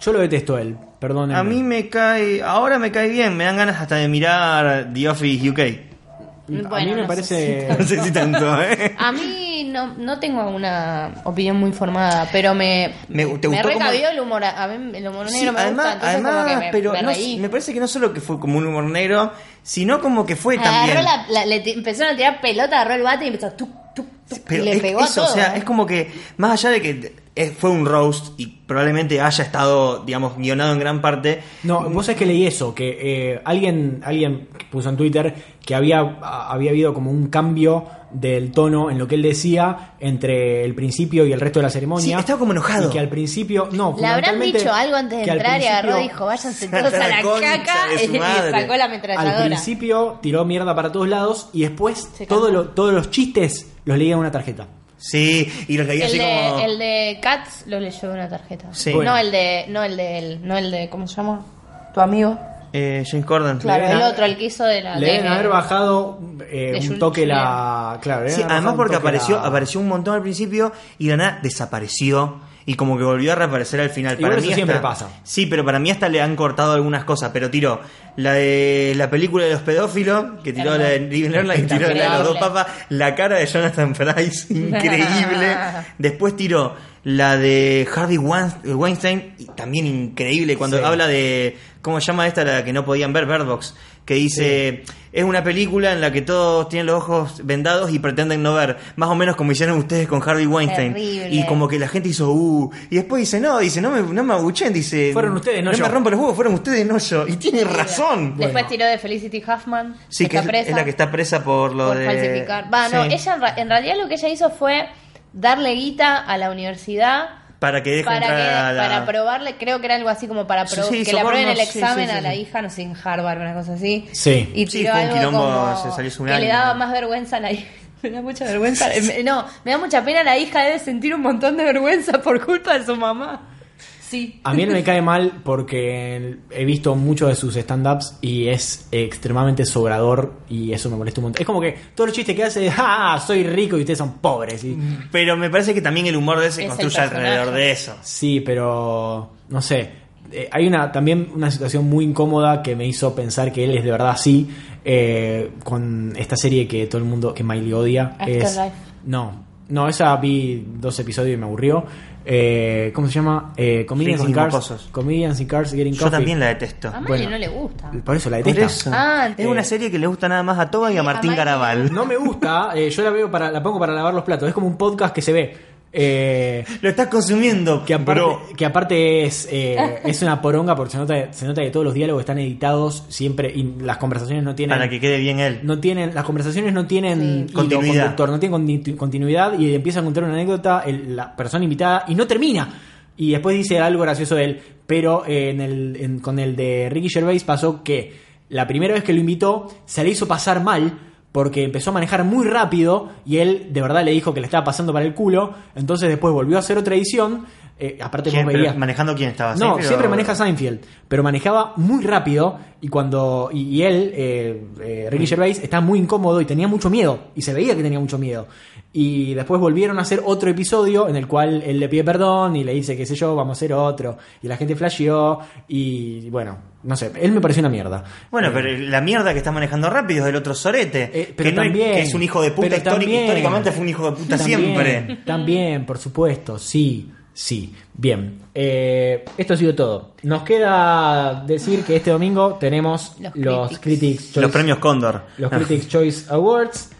[SPEAKER 2] Yo lo detesto a él. Perdón.
[SPEAKER 4] A mí me cae, ahora me cae bien, me dan ganas hasta de mirar The Office UK.
[SPEAKER 2] a mí
[SPEAKER 3] Bueno,
[SPEAKER 2] me
[SPEAKER 3] no sé
[SPEAKER 2] parece.
[SPEAKER 4] [LAUGHS] No sé si tanto, ¿eh?
[SPEAKER 3] A mí no, no tengo una opinión muy formada, pero me,
[SPEAKER 4] Me- ¿te
[SPEAKER 3] me
[SPEAKER 4] gustó cómo-
[SPEAKER 3] recabió el humor. A mí el humor negro
[SPEAKER 4] Sí,
[SPEAKER 3] me
[SPEAKER 4] además,
[SPEAKER 3] gusta, entonces
[SPEAKER 4] además,
[SPEAKER 3] como que me,
[SPEAKER 4] pero
[SPEAKER 3] me
[SPEAKER 4] no-
[SPEAKER 3] reí.
[SPEAKER 4] me parece que no solo que fue como un humor negro, sino como que fue
[SPEAKER 3] Agarró
[SPEAKER 4] también.
[SPEAKER 3] la, la- le ti- empezaron a tirar pelota, agarró el bate y empezó tuc, tuc,
[SPEAKER 4] Pero
[SPEAKER 5] Le
[SPEAKER 4] es-
[SPEAKER 5] pegó a
[SPEAKER 4] eso,
[SPEAKER 5] todo,
[SPEAKER 4] O sea,
[SPEAKER 5] ¿eh?
[SPEAKER 4] es como que, más allá de que eh, fue un roast y probablemente haya estado, digamos, guionado en gran parte,
[SPEAKER 2] No, vos es que leí eso, que eh, alguien, alguien puso en Twitter que había, a- había habido como un cambio del tono en lo que él decía entre el principio y el resto de la ceremonia.
[SPEAKER 4] Sí, estaba como enojado.
[SPEAKER 2] Y que al principio, no,
[SPEAKER 5] Le habrán
[SPEAKER 2] fundamentalmente
[SPEAKER 5] dicho algo antes
[SPEAKER 2] que
[SPEAKER 5] de
[SPEAKER 2] al
[SPEAKER 5] entrar y agarró y
[SPEAKER 2] principio-
[SPEAKER 5] dijo, váyanse todos
[SPEAKER 4] La
[SPEAKER 5] a la
[SPEAKER 4] concha
[SPEAKER 5] caca
[SPEAKER 4] de su
[SPEAKER 3] [LAUGHS]
[SPEAKER 5] y
[SPEAKER 4] madre.
[SPEAKER 5] le sacó la
[SPEAKER 2] Al
[SPEAKER 5] ametralladora.
[SPEAKER 2] principio tiró mierda para todos lados y después
[SPEAKER 5] Se
[SPEAKER 2] todo
[SPEAKER 5] calmó.
[SPEAKER 2] lo- todos los chistes los leía en una tarjeta.
[SPEAKER 4] sí, y los leí
[SPEAKER 3] El
[SPEAKER 4] así
[SPEAKER 3] de,
[SPEAKER 4] como...
[SPEAKER 3] el de Cats lo leyó en una tarjeta.
[SPEAKER 4] Sí.
[SPEAKER 2] Bueno.
[SPEAKER 3] No el de, no el de él, no el de, ¿cómo se llama? Tu amigo.
[SPEAKER 4] eh, James Corden.
[SPEAKER 3] Claro,
[SPEAKER 2] deben
[SPEAKER 3] el
[SPEAKER 2] haber-
[SPEAKER 3] otro, el que hizo de la.
[SPEAKER 2] Le
[SPEAKER 3] de-
[SPEAKER 2] deben haber bajado eh,
[SPEAKER 3] de
[SPEAKER 2] un
[SPEAKER 3] Jules
[SPEAKER 2] toque la. Claro, deben
[SPEAKER 4] Sí,
[SPEAKER 2] haber bajado
[SPEAKER 4] además
[SPEAKER 2] un
[SPEAKER 4] porque
[SPEAKER 2] toque
[SPEAKER 4] apareció,
[SPEAKER 2] la-
[SPEAKER 4] apareció un montón al principio y de nada desapareció y como que volvió a reaparecer al final.
[SPEAKER 2] Igual eso siempre pasa.
[SPEAKER 4] Sí, pero para mí hasta le han cortado algunas cosas, pero tiró la de la película de los pedófilos, que tiró la de Living Neverland, que tiró la de los dos
[SPEAKER 3] Espectacular.
[SPEAKER 4] papas, la cara de Jonathan Price, increíble. [LAUGHS] Después tiró la de Harvey Wein- Weinstein, y también increíble, cuando
[SPEAKER 2] Sí.
[SPEAKER 4] habla de, ¿cómo se llama esta la que no podían ver? Bird Box, que dice, es una película en la que todos tienen los ojos vendados y pretenden no ver, más o menos como hicieron ustedes con Harvey Weinstein.
[SPEAKER 5] Terrible.
[SPEAKER 4] Y como que la gente hizo, uh, y después dice, no, dice, no me, no me abuchen, dice,
[SPEAKER 2] Fueron ustedes, no
[SPEAKER 4] no
[SPEAKER 2] yo".
[SPEAKER 4] me rompa los huevos, fueron ustedes, no yo. Y tiene razón.
[SPEAKER 3] Después
[SPEAKER 2] Bueno.
[SPEAKER 3] tiró de Felicity Huffman.
[SPEAKER 4] Sí, que
[SPEAKER 3] está
[SPEAKER 4] es,
[SPEAKER 3] presa
[SPEAKER 4] es la que está presa por lo
[SPEAKER 3] por
[SPEAKER 4] de...
[SPEAKER 3] falsificar. Va, no,
[SPEAKER 4] Sí.
[SPEAKER 3] ella en, ra- en realidad lo que ella hizo fue darle guita a la universidad
[SPEAKER 4] Para que deje
[SPEAKER 3] para,
[SPEAKER 4] entrar a
[SPEAKER 3] que,
[SPEAKER 4] la...
[SPEAKER 3] para probarle, creo que era algo así como para
[SPEAKER 4] Sí,
[SPEAKER 3] pro-
[SPEAKER 4] sí,
[SPEAKER 3] que le aprueben el
[SPEAKER 4] sobornos, sí,
[SPEAKER 3] examen
[SPEAKER 4] sí, sí,
[SPEAKER 3] a la
[SPEAKER 4] sí.
[SPEAKER 3] hija, no sé, en Harvard, una cosa así.
[SPEAKER 2] Sí.
[SPEAKER 3] Y
[SPEAKER 4] Sí,
[SPEAKER 3] tiró
[SPEAKER 4] fue un
[SPEAKER 3] algo
[SPEAKER 4] quilombo,
[SPEAKER 3] como
[SPEAKER 4] se salió su
[SPEAKER 3] que le
[SPEAKER 4] lágrima.
[SPEAKER 3] daba más vergüenza a la hija. [LAUGHS] Me da mucha vergüenza. Eh, No, me da mucha pena. La hija debe sentir un montón de vergüenza por culpa de su mamá. Sí.
[SPEAKER 2] A mí él me cae mal porque he visto muchos de sus stand-ups y es extremadamente sobrador y eso me molesta un montón. Es como que todos los chistes que hace es, ah, soy rico y ustedes son pobres. Y-
[SPEAKER 4] Pero me parece que también el humor de él se
[SPEAKER 3] Es el
[SPEAKER 4] construye alrededor
[SPEAKER 3] personaje.
[SPEAKER 4] de eso.
[SPEAKER 2] sí, pero no sé. Eh, hay una también una situación muy incómoda que me hizo pensar que él es de verdad así eh, con esta serie que todo el mundo, que Miley odia. es-
[SPEAKER 3] Afterlife.
[SPEAKER 2] no, no, esa vi dos episodios y me aburrió. Eh, ¿Cómo se llama? Eh, Comedians
[SPEAKER 4] Ricos
[SPEAKER 2] in
[SPEAKER 4] y
[SPEAKER 2] Cars.
[SPEAKER 4] mocosos.
[SPEAKER 2] Comedians in Cars Getting
[SPEAKER 4] Yo
[SPEAKER 2] Coffee.
[SPEAKER 4] también la detesto.
[SPEAKER 3] [LAUGHS] A Miley
[SPEAKER 2] Bueno.
[SPEAKER 3] no le gusta.
[SPEAKER 2] Por eso la
[SPEAKER 4] Por
[SPEAKER 2] detesta.
[SPEAKER 4] eso.
[SPEAKER 3] Ah,
[SPEAKER 4] es una serie que le gusta nada más a Toba y a
[SPEAKER 3] Sí,
[SPEAKER 4] Martín
[SPEAKER 3] a Miley.
[SPEAKER 4] Garabal.
[SPEAKER 2] No me gusta, eh, yo la veo para, la pongo para lavar los platos, es como un podcast que se ve. Eh,
[SPEAKER 4] [LAUGHS] Lo estás consumiendo,
[SPEAKER 2] que aparte,
[SPEAKER 4] bro.
[SPEAKER 2] que aparte es, eh, es una poronga porque se nota, se nota que todos los diálogos están editados siempre y las conversaciones no tienen.
[SPEAKER 4] Para que quede bien él.
[SPEAKER 2] no tienen las conversaciones no tienen hilo
[SPEAKER 4] Continuidad.
[SPEAKER 2] conductor, no tienen conti- continuidad y empieza a contar una anécdota el- la persona invitada y no termina y después dice algo gracioso de él pero eh, en el- en- con el de Ricky Gervais pasó que la primera vez que lo invitó se le hizo pasar mal porque empezó a manejar muy rápido y él de verdad le dijo que le estaba pasando para el culo entonces después volvió a hacer otra edición eh, aparte vos
[SPEAKER 4] ¿Quién? Pero
[SPEAKER 2] veías
[SPEAKER 4] ¿Manejando quién estaba?
[SPEAKER 2] no,
[SPEAKER 4] Ah, ¿Seinfeld o-
[SPEAKER 2] siempre maneja Seinfeld, pero manejaba muy rápido y cuando y, y él, eh, eh, Ricky Gervais, estaba muy incómodo y tenía mucho miedo y se veía que tenía mucho miedo. Y después volvieron a hacer otro episodio en el cual él le pide perdón y le dice, qué sé yo, vamos a hacer otro. Y la gente flasheó y bueno, no sé, él me pareció una mierda.
[SPEAKER 4] Bueno, pero la mierda que está manejando rápido es el otro sorete.
[SPEAKER 2] Eh,
[SPEAKER 4] que, no es- que es un hijo de puta
[SPEAKER 2] pero
[SPEAKER 4] histórico.
[SPEAKER 2] también-
[SPEAKER 4] Históricamente fue un hijo de puta
[SPEAKER 2] Eh, también,
[SPEAKER 4] siempre.
[SPEAKER 2] También, por supuesto, sí, sí. Bien, eh, esto ha sido todo. Nos queda decir que este domingo tenemos los,
[SPEAKER 3] Los
[SPEAKER 2] Critics.
[SPEAKER 3] Critics.
[SPEAKER 2] Choice,
[SPEAKER 4] Los premios Cóndor.
[SPEAKER 2] los
[SPEAKER 4] Ah.
[SPEAKER 2] Critics Choice Awards.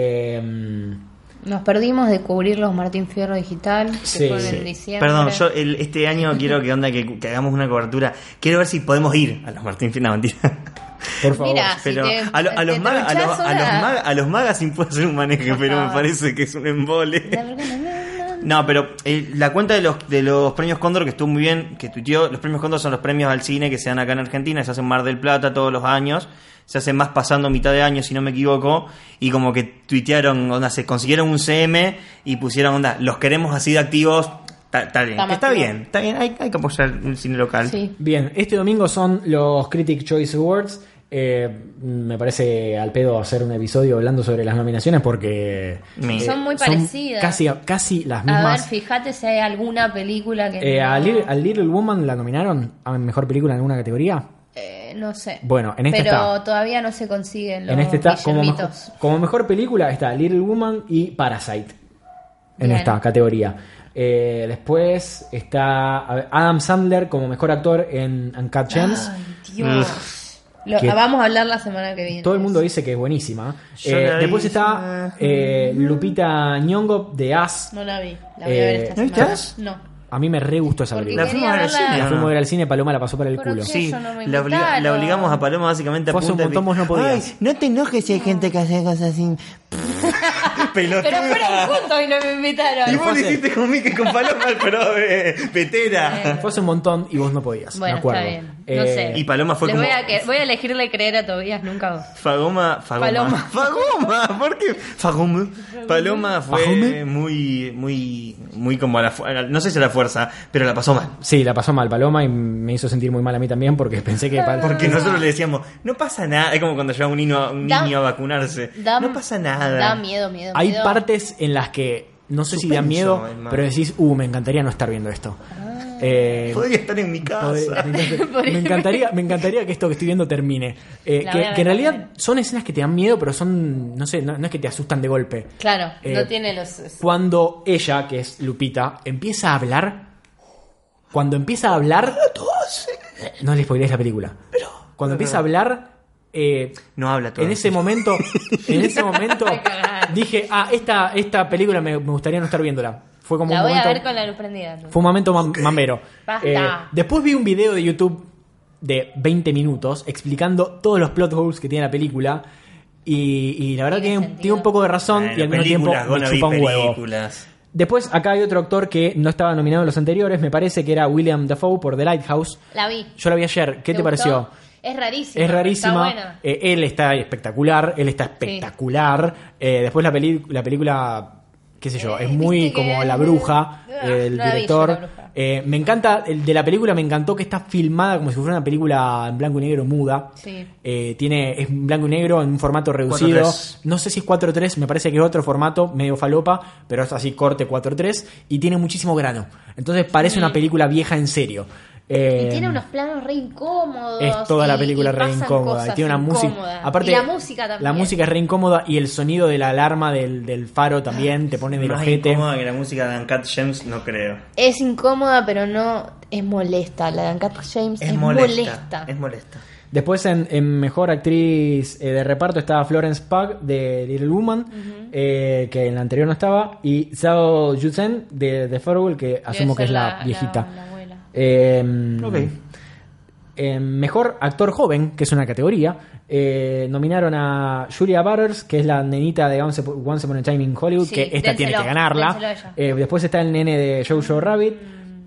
[SPEAKER 2] Eh,
[SPEAKER 3] Nos perdimos de cubrir los Martín Fierro Digital. Que
[SPEAKER 2] Sí.
[SPEAKER 3] fueron
[SPEAKER 2] Sí.
[SPEAKER 3] en diciembre.
[SPEAKER 4] Perdón, yo el- este año quiero que onda que, que hagamos una cobertura. Quiero ver si podemos ir a los Martín Fina mentira.
[SPEAKER 2] por favor.
[SPEAKER 3] Mira. Así
[SPEAKER 4] Pero
[SPEAKER 3] que,
[SPEAKER 4] a, lo- a los
[SPEAKER 3] te
[SPEAKER 4] magas, a, los-
[SPEAKER 3] tronchás
[SPEAKER 4] a los
[SPEAKER 3] una.
[SPEAKER 4] magas- a los magas sin puede hacer un maneje,
[SPEAKER 3] Por
[SPEAKER 4] pero me
[SPEAKER 3] favor.
[SPEAKER 4] parece que es un embole. No, pero eh, la cuenta de los, de los premios Cóndor, que estuvo muy bien, que tuiteó, los premios Cóndor son los premios al cine que se dan acá en Argentina, se hacen Mar del Plata todos los años, se hacen más pasando mitad de año, si no me equivoco, y como que tuitearon, onda, se consiguieron un CM y pusieron, onda, los queremos así de activos, está está bien,
[SPEAKER 3] Está más
[SPEAKER 4] está
[SPEAKER 3] activo.
[SPEAKER 4] bien, está bien, hay, hay que apoyar el cine local.
[SPEAKER 3] Sí.
[SPEAKER 2] Bien, este domingo son los Critic Choice Awards. Eh, me parece al pedo hacer un episodio hablando sobre las nominaciones porque
[SPEAKER 4] Mi-
[SPEAKER 2] eh,
[SPEAKER 3] Son muy parecidas.
[SPEAKER 2] casi, casi las
[SPEAKER 3] A ver,
[SPEAKER 2] mismas.
[SPEAKER 3] fíjate si hay alguna película que.
[SPEAKER 2] Eh,
[SPEAKER 3] no,
[SPEAKER 2] a, Little, a Little Woman la nominaron a mejor película en alguna categoría.
[SPEAKER 3] eh, no sé.
[SPEAKER 2] Bueno, en esta
[SPEAKER 3] Pero
[SPEAKER 2] está.
[SPEAKER 3] todavía no se consiguen los
[SPEAKER 2] en este está como mejor,
[SPEAKER 3] Guillermitos.
[SPEAKER 2] como mejor película está Little Woman y Parasite. En
[SPEAKER 3] Bien.
[SPEAKER 2] esta categoría. Eh, después
[SPEAKER 3] Ah,
[SPEAKER 2] está a ver, Adam Sandler como mejor actor en Uncut Gems.
[SPEAKER 3] Ay, Dios. Lo-
[SPEAKER 2] Mm. que-
[SPEAKER 3] vamos a hablar la semana que viene.
[SPEAKER 2] Todo el mundo dice que es buenísima.
[SPEAKER 4] Yo
[SPEAKER 2] Eh,
[SPEAKER 4] la vi,
[SPEAKER 2] después
[SPEAKER 4] yo
[SPEAKER 2] está
[SPEAKER 4] la-
[SPEAKER 2] eh, Lupita Ñongo de As.
[SPEAKER 3] No la vi. La voy a ver
[SPEAKER 2] Eh,
[SPEAKER 3] esta
[SPEAKER 4] ¿no
[SPEAKER 3] semana.
[SPEAKER 4] estás?
[SPEAKER 3] No.
[SPEAKER 2] A mí me re gustó esa
[SPEAKER 3] Porque
[SPEAKER 2] película.
[SPEAKER 4] La
[SPEAKER 2] La,
[SPEAKER 4] fuimos
[SPEAKER 3] quería
[SPEAKER 4] a ver al
[SPEAKER 3] verla.
[SPEAKER 4] cine.
[SPEAKER 2] fuimos a ver al cine, Paloma la pasó para el
[SPEAKER 3] Pero
[SPEAKER 2] culo.
[SPEAKER 3] qué
[SPEAKER 4] Sí,
[SPEAKER 3] Eso no me
[SPEAKER 4] la, obliga-
[SPEAKER 3] invitaron.
[SPEAKER 4] la obligamos a Paloma básicamente a
[SPEAKER 2] Vos hace
[SPEAKER 4] punta
[SPEAKER 2] un montón
[SPEAKER 4] de-
[SPEAKER 2] vos no podías.
[SPEAKER 4] Ay, no te enojes si hay gente que hace cosas
[SPEAKER 2] [LAUGHS]
[SPEAKER 4] así.
[SPEAKER 3] Pero fueron
[SPEAKER 4] Pelotuda.
[SPEAKER 3] juntos y no me invitaron.
[SPEAKER 4] Y vos lo hiciste conmigo que con Paloma, pero eh,
[SPEAKER 3] Eh.
[SPEAKER 4] petera.
[SPEAKER 2] Fue hace un montón y vos no podías.
[SPEAKER 3] Bueno,
[SPEAKER 2] me acuerdo.
[SPEAKER 3] está bien. No
[SPEAKER 2] Eh,
[SPEAKER 3] sé.
[SPEAKER 4] Y Paloma fue
[SPEAKER 3] Les
[SPEAKER 4] como-
[SPEAKER 3] voy, a que- voy a elegirle creer a Tobías nunca. vos.
[SPEAKER 4] Fagoma, Fagoma.
[SPEAKER 3] Paloma.
[SPEAKER 4] Fagoma, ¿por qué? Fagoma. Paloma fue
[SPEAKER 2] Fagome.
[SPEAKER 4] muy, muy, muy como a la fuerza. No sé si a la fuerza, pero la pasó mal.
[SPEAKER 2] Sí, la pasó mal Paloma y me hizo sentir muy mal a mí también porque pensé
[SPEAKER 3] [LAUGHS]
[SPEAKER 2] que... Pal-
[SPEAKER 4] Porque nosotros le decíamos, no pasa nada. Es como cuando lleva un niño, a- un
[SPEAKER 3] Da-
[SPEAKER 4] niño a vacunarse.
[SPEAKER 3] Da-
[SPEAKER 4] no pasa nada.
[SPEAKER 3] Da miedo, miedo.
[SPEAKER 2] Hay
[SPEAKER 3] miedo.
[SPEAKER 2] partes en las que no sé si dan
[SPEAKER 4] Suspenso,
[SPEAKER 2] miedo,
[SPEAKER 4] hermano.
[SPEAKER 2] pero decís, uh, me encantaría no estar viendo esto.
[SPEAKER 3] Ah.
[SPEAKER 2] Eh,
[SPEAKER 4] Podría estar en mi casa.
[SPEAKER 2] Joder, me
[SPEAKER 3] [LAUGHS]
[SPEAKER 2] encanta-
[SPEAKER 3] Podría-
[SPEAKER 2] me encantaría, me encantaría que esto que estoy viendo termine. Eh,
[SPEAKER 3] La
[SPEAKER 2] que,
[SPEAKER 3] voy a ver,
[SPEAKER 2] que en
[SPEAKER 3] la voy a
[SPEAKER 2] realidad son escenas que te dan miedo, pero son, no sé, no, no es que te asustan de golpe.
[SPEAKER 3] Claro,
[SPEAKER 2] Eh,
[SPEAKER 3] no tiene los.
[SPEAKER 2] Cuando ella, que es Lupita, empieza a hablar, cuando empieza a hablar, no les spoilees la película. Cuando empieza a hablar, eh,
[SPEAKER 4] No habla todo.
[SPEAKER 2] en ese momento, en ese momento
[SPEAKER 3] [LAUGHS] Ay, cagada.
[SPEAKER 2] dije, ah, esta, esta película me, me gustaría no estar viéndola. Fue como
[SPEAKER 3] La
[SPEAKER 2] un
[SPEAKER 3] voy
[SPEAKER 2] momento.
[SPEAKER 3] a ver con la luz prendida. ¿no?
[SPEAKER 2] Fue un momento mam- mamero.
[SPEAKER 3] Basta.
[SPEAKER 2] después vi un video de YouTube de 20 minutos explicando todos los plot holes que tiene la película. Y, y la verdad
[SPEAKER 3] Tiene
[SPEAKER 2] tiene,
[SPEAKER 3] sentido.
[SPEAKER 2] tiene un poco de razón
[SPEAKER 4] Bueno,
[SPEAKER 2] y al mismo tiempo
[SPEAKER 4] películas,
[SPEAKER 2] me
[SPEAKER 4] gonna be
[SPEAKER 2] chupa un huevo.
[SPEAKER 4] películas.
[SPEAKER 2] Después acá hay otro actor que no estaba nominado en los anteriores, me parece que era William Dafoe por The Lighthouse.
[SPEAKER 3] La vi.
[SPEAKER 2] Yo la vi ayer, ¿qué te,
[SPEAKER 3] gustó?
[SPEAKER 2] pareció?
[SPEAKER 3] Es rarísima.
[SPEAKER 2] Es rarísima.
[SPEAKER 3] Está buena.
[SPEAKER 2] Eh, él está espectacular, él está espectacular. Eh, después la, peli- la película, qué sé yo,
[SPEAKER 3] Eh,
[SPEAKER 2] es
[SPEAKER 3] viste
[SPEAKER 2] muy
[SPEAKER 3] que-
[SPEAKER 2] como La Bruja,
[SPEAKER 3] Ah,
[SPEAKER 2] el
[SPEAKER 3] no la vi yo,
[SPEAKER 2] director.
[SPEAKER 3] La Bruja.
[SPEAKER 2] Eh, me encanta, el de la película me encantó que está filmada como si fuera una película en blanco y negro muda.
[SPEAKER 3] Sí.
[SPEAKER 2] Eh, tiene, es en blanco y negro en un formato reducido.
[SPEAKER 4] 4:3.
[SPEAKER 2] No sé si es 4.3, me parece que es otro formato, medio falopa, pero es así corte 4.3 y tiene muchísimo grano. Entonces parece una película vieja en serio.
[SPEAKER 3] Y
[SPEAKER 2] Eh,
[SPEAKER 3] tiene unos planos re incómodos.
[SPEAKER 2] es toda la
[SPEAKER 3] y-
[SPEAKER 2] película
[SPEAKER 3] y
[SPEAKER 2] re
[SPEAKER 3] pasan
[SPEAKER 2] incómoda.
[SPEAKER 3] cosas
[SPEAKER 2] y tiene una música.
[SPEAKER 3] incómodas.
[SPEAKER 2] Aparte,
[SPEAKER 3] Y la música también.
[SPEAKER 2] La música es re incómoda y el sonido de la alarma del, del faro también te pone del
[SPEAKER 4] Más
[SPEAKER 2] ojete.
[SPEAKER 4] incómoda que la música de Uncut Gems, no creo.
[SPEAKER 3] Es incómoda, pero no es molesta. La de Uncut James es, molesta.
[SPEAKER 4] Es molesta.
[SPEAKER 2] Después, en, en mejor actriz eh, de reparto estaba Florence Pugh de Little Woman, eh, que en la anterior no estaba, y Zhao Yusen de The Farewell, que asumo que
[SPEAKER 3] ser
[SPEAKER 2] es la,
[SPEAKER 3] la- la-
[SPEAKER 2] viejita.
[SPEAKER 3] la abuela.
[SPEAKER 2] Eh,
[SPEAKER 4] Ok.
[SPEAKER 3] Mm.
[SPEAKER 2] eh, mejor actor joven, que es una categoría, eh, nominaron a Julia Butters, que es la nenita de Once, Upo- Once Upon a Time in Hollywood,
[SPEAKER 3] Sí,
[SPEAKER 2] que esta tiene
[SPEAKER 3] dénselo,
[SPEAKER 2] que ganarla.
[SPEAKER 3] dénselo a ella. Mm.
[SPEAKER 2] Eh, después está el nene de Jojo Rabbit,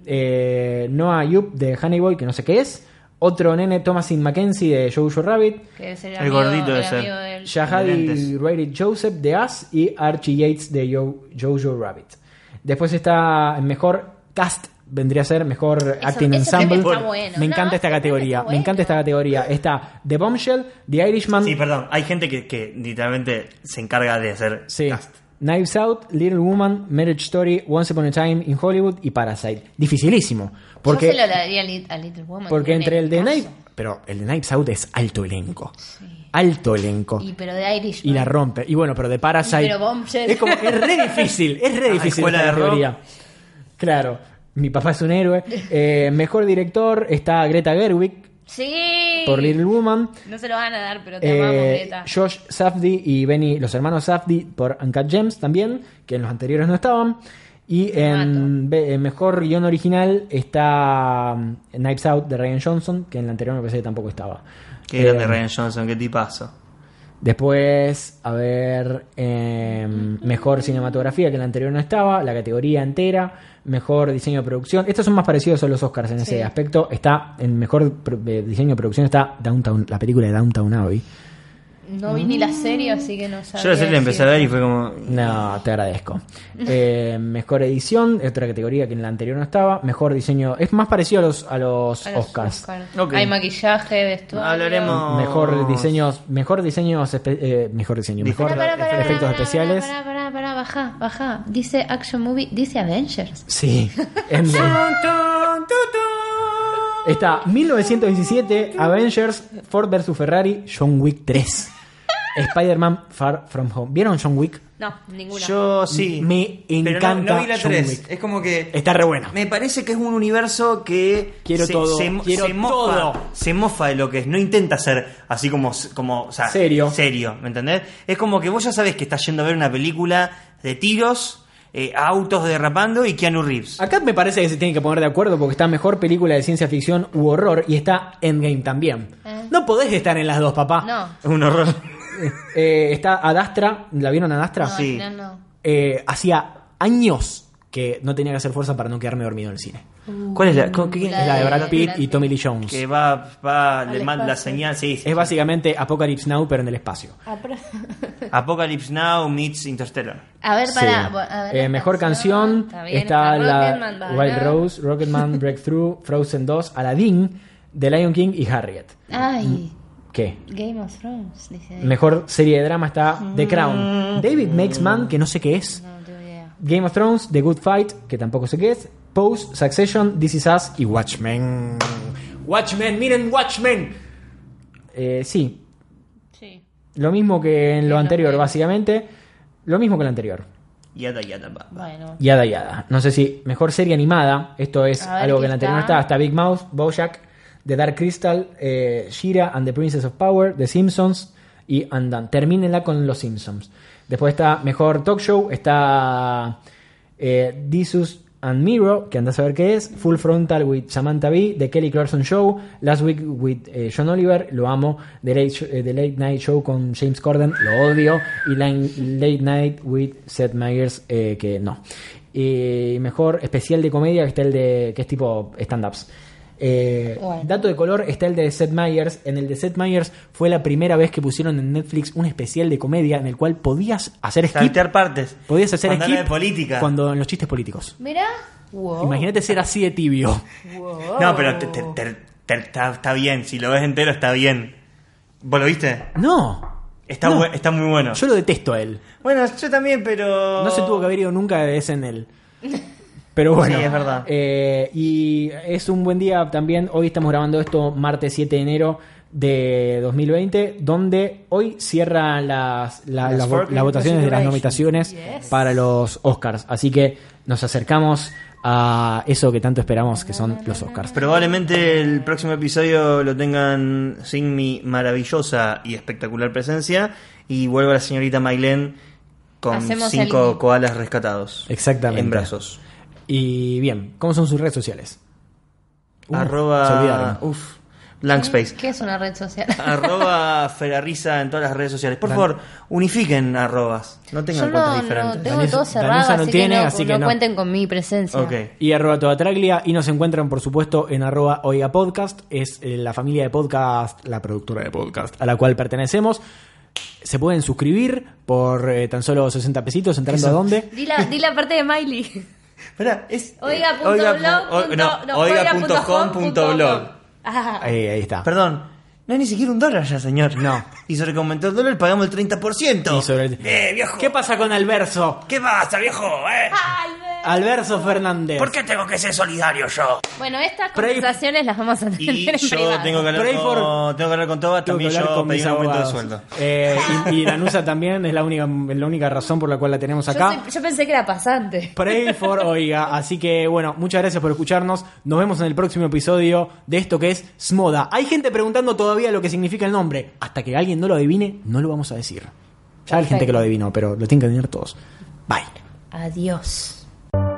[SPEAKER 2] eh, Noah Yup de Honey Boy, que no sé qué es. Otro nene, Thomasin McKenzie de Jojo Rabbit.
[SPEAKER 3] Que debe ser el,
[SPEAKER 4] El
[SPEAKER 3] amigo-
[SPEAKER 4] gordito
[SPEAKER 3] el
[SPEAKER 4] debe ser.
[SPEAKER 3] amigo del-
[SPEAKER 2] Shahadi
[SPEAKER 4] Lentes.
[SPEAKER 2] Rated Joseph de Us y Archie Yates de Yo- Jojo Rabbit. Después está el mejor cast, vendría a ser mejor acting
[SPEAKER 3] ese
[SPEAKER 2] ensemble.
[SPEAKER 3] premio está bueno.
[SPEAKER 2] Me
[SPEAKER 3] No,
[SPEAKER 2] encanta
[SPEAKER 3] ese
[SPEAKER 2] esta
[SPEAKER 3] premio
[SPEAKER 2] categoría,
[SPEAKER 3] está
[SPEAKER 2] me encanta esta
[SPEAKER 3] bueno.
[SPEAKER 2] categoría. Está The Bombshell, The Irishman,
[SPEAKER 4] Sí, perdón. Hay gente que, que literalmente se encarga de hacer
[SPEAKER 2] sí,
[SPEAKER 4] cast.
[SPEAKER 2] Knives Out, Little Woman, Marriage Story, Once Upon a Time in Hollywood y Parasite. Dificilísimo,
[SPEAKER 3] Yo se lo
[SPEAKER 2] porque
[SPEAKER 3] daría a Lit- a Little Woman.
[SPEAKER 2] porque
[SPEAKER 3] tiene
[SPEAKER 2] entre el de
[SPEAKER 3] hermoso.
[SPEAKER 2] Knives, pero el de Knives Out es alto elenco. Alto elenco.
[SPEAKER 3] Y pero de Irish.
[SPEAKER 2] Y la rompe. Y bueno, pero de Parasite.
[SPEAKER 3] Pero Bombshell.
[SPEAKER 2] Es como, es re difícil, es
[SPEAKER 4] [LAUGHS]
[SPEAKER 2] re
[SPEAKER 4] Ah,
[SPEAKER 2] difícil
[SPEAKER 4] escuela
[SPEAKER 2] esta
[SPEAKER 4] de rock.
[SPEAKER 2] categoría. Claro. Mi papá es un héroe. Eh, mejor director está Greta Gerwig
[SPEAKER 3] Sí.
[SPEAKER 2] por Little Woman.
[SPEAKER 3] No se lo van a dar, pero te amamos,
[SPEAKER 2] Eh,
[SPEAKER 3] Greta.
[SPEAKER 2] Josh Safdie y Benny, los hermanos Safdie por Uncut Gems también, que en los anteriores no estaban. Y
[SPEAKER 3] Te
[SPEAKER 2] en, be- en mejor guión original está mm, Knives Out de Ryan Johnson, que en la anterior me parece que tampoco estaba.
[SPEAKER 4] Qué
[SPEAKER 2] Eh,
[SPEAKER 4] grande Ryan Johnson, qué tipazo.
[SPEAKER 2] Después, a ver, em, mejor cinematografía, que en la anterior no estaba, la categoría entera, mejor diseño de producción. Estos son más parecidos a los Oscars en ese aspecto. Está en mejor pro- eh, diseño de producción está Downtown, la película de Downtown Abbey.
[SPEAKER 3] No vi ni la serie, así que no sabía.
[SPEAKER 4] Yo la serie la empecé a ver y fue como.
[SPEAKER 2] No, te agradezco. Eh, mejor edición, otra categoría que en la anterior no estaba. Mejor diseño, es más parecido a los, a los,
[SPEAKER 3] A los
[SPEAKER 2] Oscars.
[SPEAKER 3] Oscars.
[SPEAKER 4] Ok.
[SPEAKER 3] Hay maquillaje, vestuario.
[SPEAKER 4] Hablaremos.
[SPEAKER 2] Mejor diseños, mejor diseños, espe- eh, mejor diseño, mejor
[SPEAKER 3] Pará, pará, pará,
[SPEAKER 2] efectos
[SPEAKER 3] pará,
[SPEAKER 2] especiales.
[SPEAKER 3] Pará, pará, pará, pará, bajá, bajá. Dice Action Movie, dice Avengers.
[SPEAKER 2] Sí, [LAUGHS] en- Está 1917, Avengers, Ford vs Ferrari, John Wick 3, Spider-Man Far From Home. ¿Vieron John Wick?
[SPEAKER 3] No, ninguna.
[SPEAKER 4] Yo sí.
[SPEAKER 2] Me
[SPEAKER 4] Pero no-
[SPEAKER 2] encanta
[SPEAKER 4] no, vi la
[SPEAKER 2] John
[SPEAKER 4] 3.
[SPEAKER 2] Wick.
[SPEAKER 4] Es como que.
[SPEAKER 2] Está re buena.
[SPEAKER 4] Me parece que es un universo que
[SPEAKER 2] Quiero
[SPEAKER 4] se,
[SPEAKER 2] todo,
[SPEAKER 4] se-
[SPEAKER 2] quiero
[SPEAKER 4] se mofa,
[SPEAKER 2] todo.
[SPEAKER 4] se mofa de lo que es, no intenta ser así como, como o sea,
[SPEAKER 2] Serio.
[SPEAKER 4] serio, ¿me entendés? Es como que vos ya sabés que estás yendo a ver una película de tiros, eh, autos derrapando y Keanu Reeves.
[SPEAKER 2] Acá me parece que se tienen que poner de acuerdo porque está mejor película de ciencia ficción u horror y está Endgame también.
[SPEAKER 3] Eh.
[SPEAKER 2] No podés estar en las dos, papá.
[SPEAKER 3] No.
[SPEAKER 4] Es un horror.
[SPEAKER 2] Eh, está Adastra, ¿la vieron Adastra?
[SPEAKER 3] No, al
[SPEAKER 4] sí.
[SPEAKER 3] final no.
[SPEAKER 2] Eh, hacía años que no tenía que hacer fuerza para no quedarme dormido en el cine.
[SPEAKER 4] ¿Cuál es la? ¿Qué-
[SPEAKER 2] Es Uh, la de Brad Pitt
[SPEAKER 3] Brad
[SPEAKER 2] y
[SPEAKER 3] Pitt.
[SPEAKER 2] Tommy Lee Jones.
[SPEAKER 4] Que va, va le
[SPEAKER 3] Al
[SPEAKER 4] manda la
[SPEAKER 3] espacio.
[SPEAKER 4] señal, sí. sí.
[SPEAKER 2] Es básicamente Apocalypse Now, pero en el espacio.
[SPEAKER 3] Ah, pero-
[SPEAKER 4] Apocalypse Now meets Interstellar.
[SPEAKER 3] A ver, para.
[SPEAKER 2] Sí.
[SPEAKER 3] a ver,
[SPEAKER 2] Eh,
[SPEAKER 3] la
[SPEAKER 2] mejor canción
[SPEAKER 3] Está, bien,
[SPEAKER 2] está,
[SPEAKER 3] está
[SPEAKER 2] la
[SPEAKER 3] Rocketman, va a
[SPEAKER 2] Wild
[SPEAKER 3] ganar.
[SPEAKER 2] Rose,
[SPEAKER 3] [LAUGHS]
[SPEAKER 2] Rocketman, Breakthrough, Frozen 2, Aladdin, The Lion King y Harriet. Mm.
[SPEAKER 3] Ay,
[SPEAKER 2] ¿Qué?
[SPEAKER 3] Game of Thrones, dice ahí.
[SPEAKER 2] Mejor serie de drama está The
[SPEAKER 3] Mm.
[SPEAKER 2] Crown. David Makes Man, que no sé qué es.
[SPEAKER 3] No tengo idea.
[SPEAKER 2] Game of Thrones, The Good Fight, que tampoco sé qué es. Pose, Succession, This Is Us y Watchmen. Watchmen, miren Watchmen. Eh, sí,
[SPEAKER 3] Sí.
[SPEAKER 2] lo mismo que en lo
[SPEAKER 3] lo
[SPEAKER 2] anterior,
[SPEAKER 3] que-
[SPEAKER 2] básicamente. Lo mismo que en lo anterior.
[SPEAKER 4] Yada, yada, va.
[SPEAKER 3] Bueno.
[SPEAKER 2] Yada Yada. No sé si mejor serie animada. Esto es
[SPEAKER 3] A ver,
[SPEAKER 2] algo que
[SPEAKER 3] ¿qué
[SPEAKER 2] en la anterior no
[SPEAKER 3] está?
[SPEAKER 2] estaba. Está Big Mouth, Bojack, The Dark Crystal, eh, Shira and the Princess of Power, The Simpsons y Andan. Termínenla con Los Simpsons. Después está mejor talk show. Está eh, This Is and Miro, que andás a ver qué es. Full Frontal with Samantha Bee, The Kelly Clarkson Show, Last Week with eh, John Oliver, lo amo. The Late, Sh- eh, The Late Night Show con James Corden, lo odio. Y la- Late Night with Seth Meyers, eh, que no. Y mejor especial de comedia, que está el de. que es tipo stand-ups. Eh,
[SPEAKER 3] Bueno.
[SPEAKER 2] Dato de color está el de Seth Meyers. En el de Seth Meyers fue la primera vez que pusieron en Netflix un especial de comedia en el cual podías hacer skip.
[SPEAKER 4] Saltear partes.
[SPEAKER 2] Podías hacer
[SPEAKER 4] Cuando
[SPEAKER 2] skip
[SPEAKER 4] habla de política.
[SPEAKER 2] cuando en los chistes políticos.
[SPEAKER 3] Mira. Wow.
[SPEAKER 2] Imagínate ser así de tibio.
[SPEAKER 3] Wow.
[SPEAKER 4] No,
[SPEAKER 2] Oh.
[SPEAKER 4] pero te- te- te- te- está, está bien. Si lo ves entero, está bien. ¿Vos lo viste?
[SPEAKER 2] No.
[SPEAKER 4] Está,
[SPEAKER 2] No.
[SPEAKER 4] bu- está muy bueno.
[SPEAKER 2] Yo lo detesto a él.
[SPEAKER 4] Bueno, yo también, pero.
[SPEAKER 2] No se tuvo que haber ido nunca de ese en él. Pero bueno.
[SPEAKER 4] Sí, es verdad.
[SPEAKER 2] Eh, y es un buen día también. Hoy estamos grabando esto martes 7 de enero de 2020, donde hoy cierran las, la-
[SPEAKER 4] Las
[SPEAKER 2] las vo-
[SPEAKER 4] four
[SPEAKER 2] las votaciones de las nominaciones
[SPEAKER 3] Yes.
[SPEAKER 2] para los Oscars. Así que nos acercamos a eso que tanto esperamos, que son los Oscars.
[SPEAKER 4] Probablemente el próximo episodio lo tengan sin mi maravillosa y espectacular presencia. Y vuelva la señorita Maylene con
[SPEAKER 3] Hacemos
[SPEAKER 4] cinco
[SPEAKER 3] el-
[SPEAKER 4] koalas rescatados.
[SPEAKER 2] Exactamente.
[SPEAKER 4] En brazos.
[SPEAKER 2] Y bien, ¿cómo son sus redes sociales? Uh,
[SPEAKER 4] Arroba.
[SPEAKER 2] Se olvidaron.
[SPEAKER 4] Uf. Langspace.
[SPEAKER 3] ¿Qué es una red social?
[SPEAKER 4] arroba Ferrariza en todas las redes sociales. Por favor, unifiquen arrobas. No
[SPEAKER 3] Yo
[SPEAKER 4] tengan cuentas
[SPEAKER 3] no,
[SPEAKER 4] diferentes.
[SPEAKER 3] no, tengo
[SPEAKER 2] Danisa-
[SPEAKER 3] todo cerrado,
[SPEAKER 2] Danisa no
[SPEAKER 3] así,
[SPEAKER 2] tiene,
[SPEAKER 3] que no,
[SPEAKER 2] así que
[SPEAKER 3] no
[SPEAKER 2] no.
[SPEAKER 3] cuenten con mi presencia.
[SPEAKER 4] Ok.
[SPEAKER 2] y arroba toda traglia y nos encuentran por supuesto en arroba oiga podcast es eh, la familia de podcast la productora de podcast a la cual pertenecemos se pueden suscribir por eh, tan solo 60 pesitos entrando a dónde
[SPEAKER 3] Di la, di la parte de [LAUGHS] Miley.
[SPEAKER 4] Espera, es. eh,
[SPEAKER 3] Oiga, punto blog, punto- no, oiga punto home punto
[SPEAKER 4] oiga.com.blog.
[SPEAKER 3] blog. Ah,
[SPEAKER 2] ahí, ahí está
[SPEAKER 4] Perdón, no hay ni siquiera un dólar ya, señor.
[SPEAKER 2] No.
[SPEAKER 4] Y sobre que aumentó el dólar pagamos el 30%.
[SPEAKER 2] Y sobre el-
[SPEAKER 4] Eh, viejo.
[SPEAKER 2] ¿qué
[SPEAKER 4] ¿Qué,
[SPEAKER 2] pasa con Alverso?
[SPEAKER 4] pasa, viejo? eh?
[SPEAKER 3] Ah.
[SPEAKER 2] Alverso Fernández
[SPEAKER 4] ¿Por qué tengo que ser solidario yo?
[SPEAKER 3] Bueno, estas
[SPEAKER 2] Pray-
[SPEAKER 3] conversaciones las vamos a tener
[SPEAKER 4] Y
[SPEAKER 3] [LAUGHS] en
[SPEAKER 4] yo
[SPEAKER 3] privado.
[SPEAKER 4] tengo que hablar
[SPEAKER 2] Pray
[SPEAKER 4] con,
[SPEAKER 2] for-
[SPEAKER 4] tengo que hablar con Toba,
[SPEAKER 2] Tengo que
[SPEAKER 4] también
[SPEAKER 2] hablar
[SPEAKER 4] yo
[SPEAKER 2] con
[SPEAKER 4] pedí
[SPEAKER 2] mis
[SPEAKER 4] un aumento de
[SPEAKER 2] abogados.
[SPEAKER 4] sueldo.
[SPEAKER 2] Eh, y, y Danusa también es la única, la única razón por la cual la tenemos
[SPEAKER 3] Yo
[SPEAKER 2] acá
[SPEAKER 3] soy- yo pensé que era pasante.
[SPEAKER 2] Pray for Oiga. Así que bueno, muchas gracias por escucharnos. Nos vemos en el próximo episodio de esto que es Smoda. Hay gente preguntando todavía lo que significa el nombre. Hasta que alguien no lo adivine, no lo vamos a decir. Ya hay gente que lo adivinó, pero lo tienen que adivinar todos. Bye.
[SPEAKER 3] Adiós.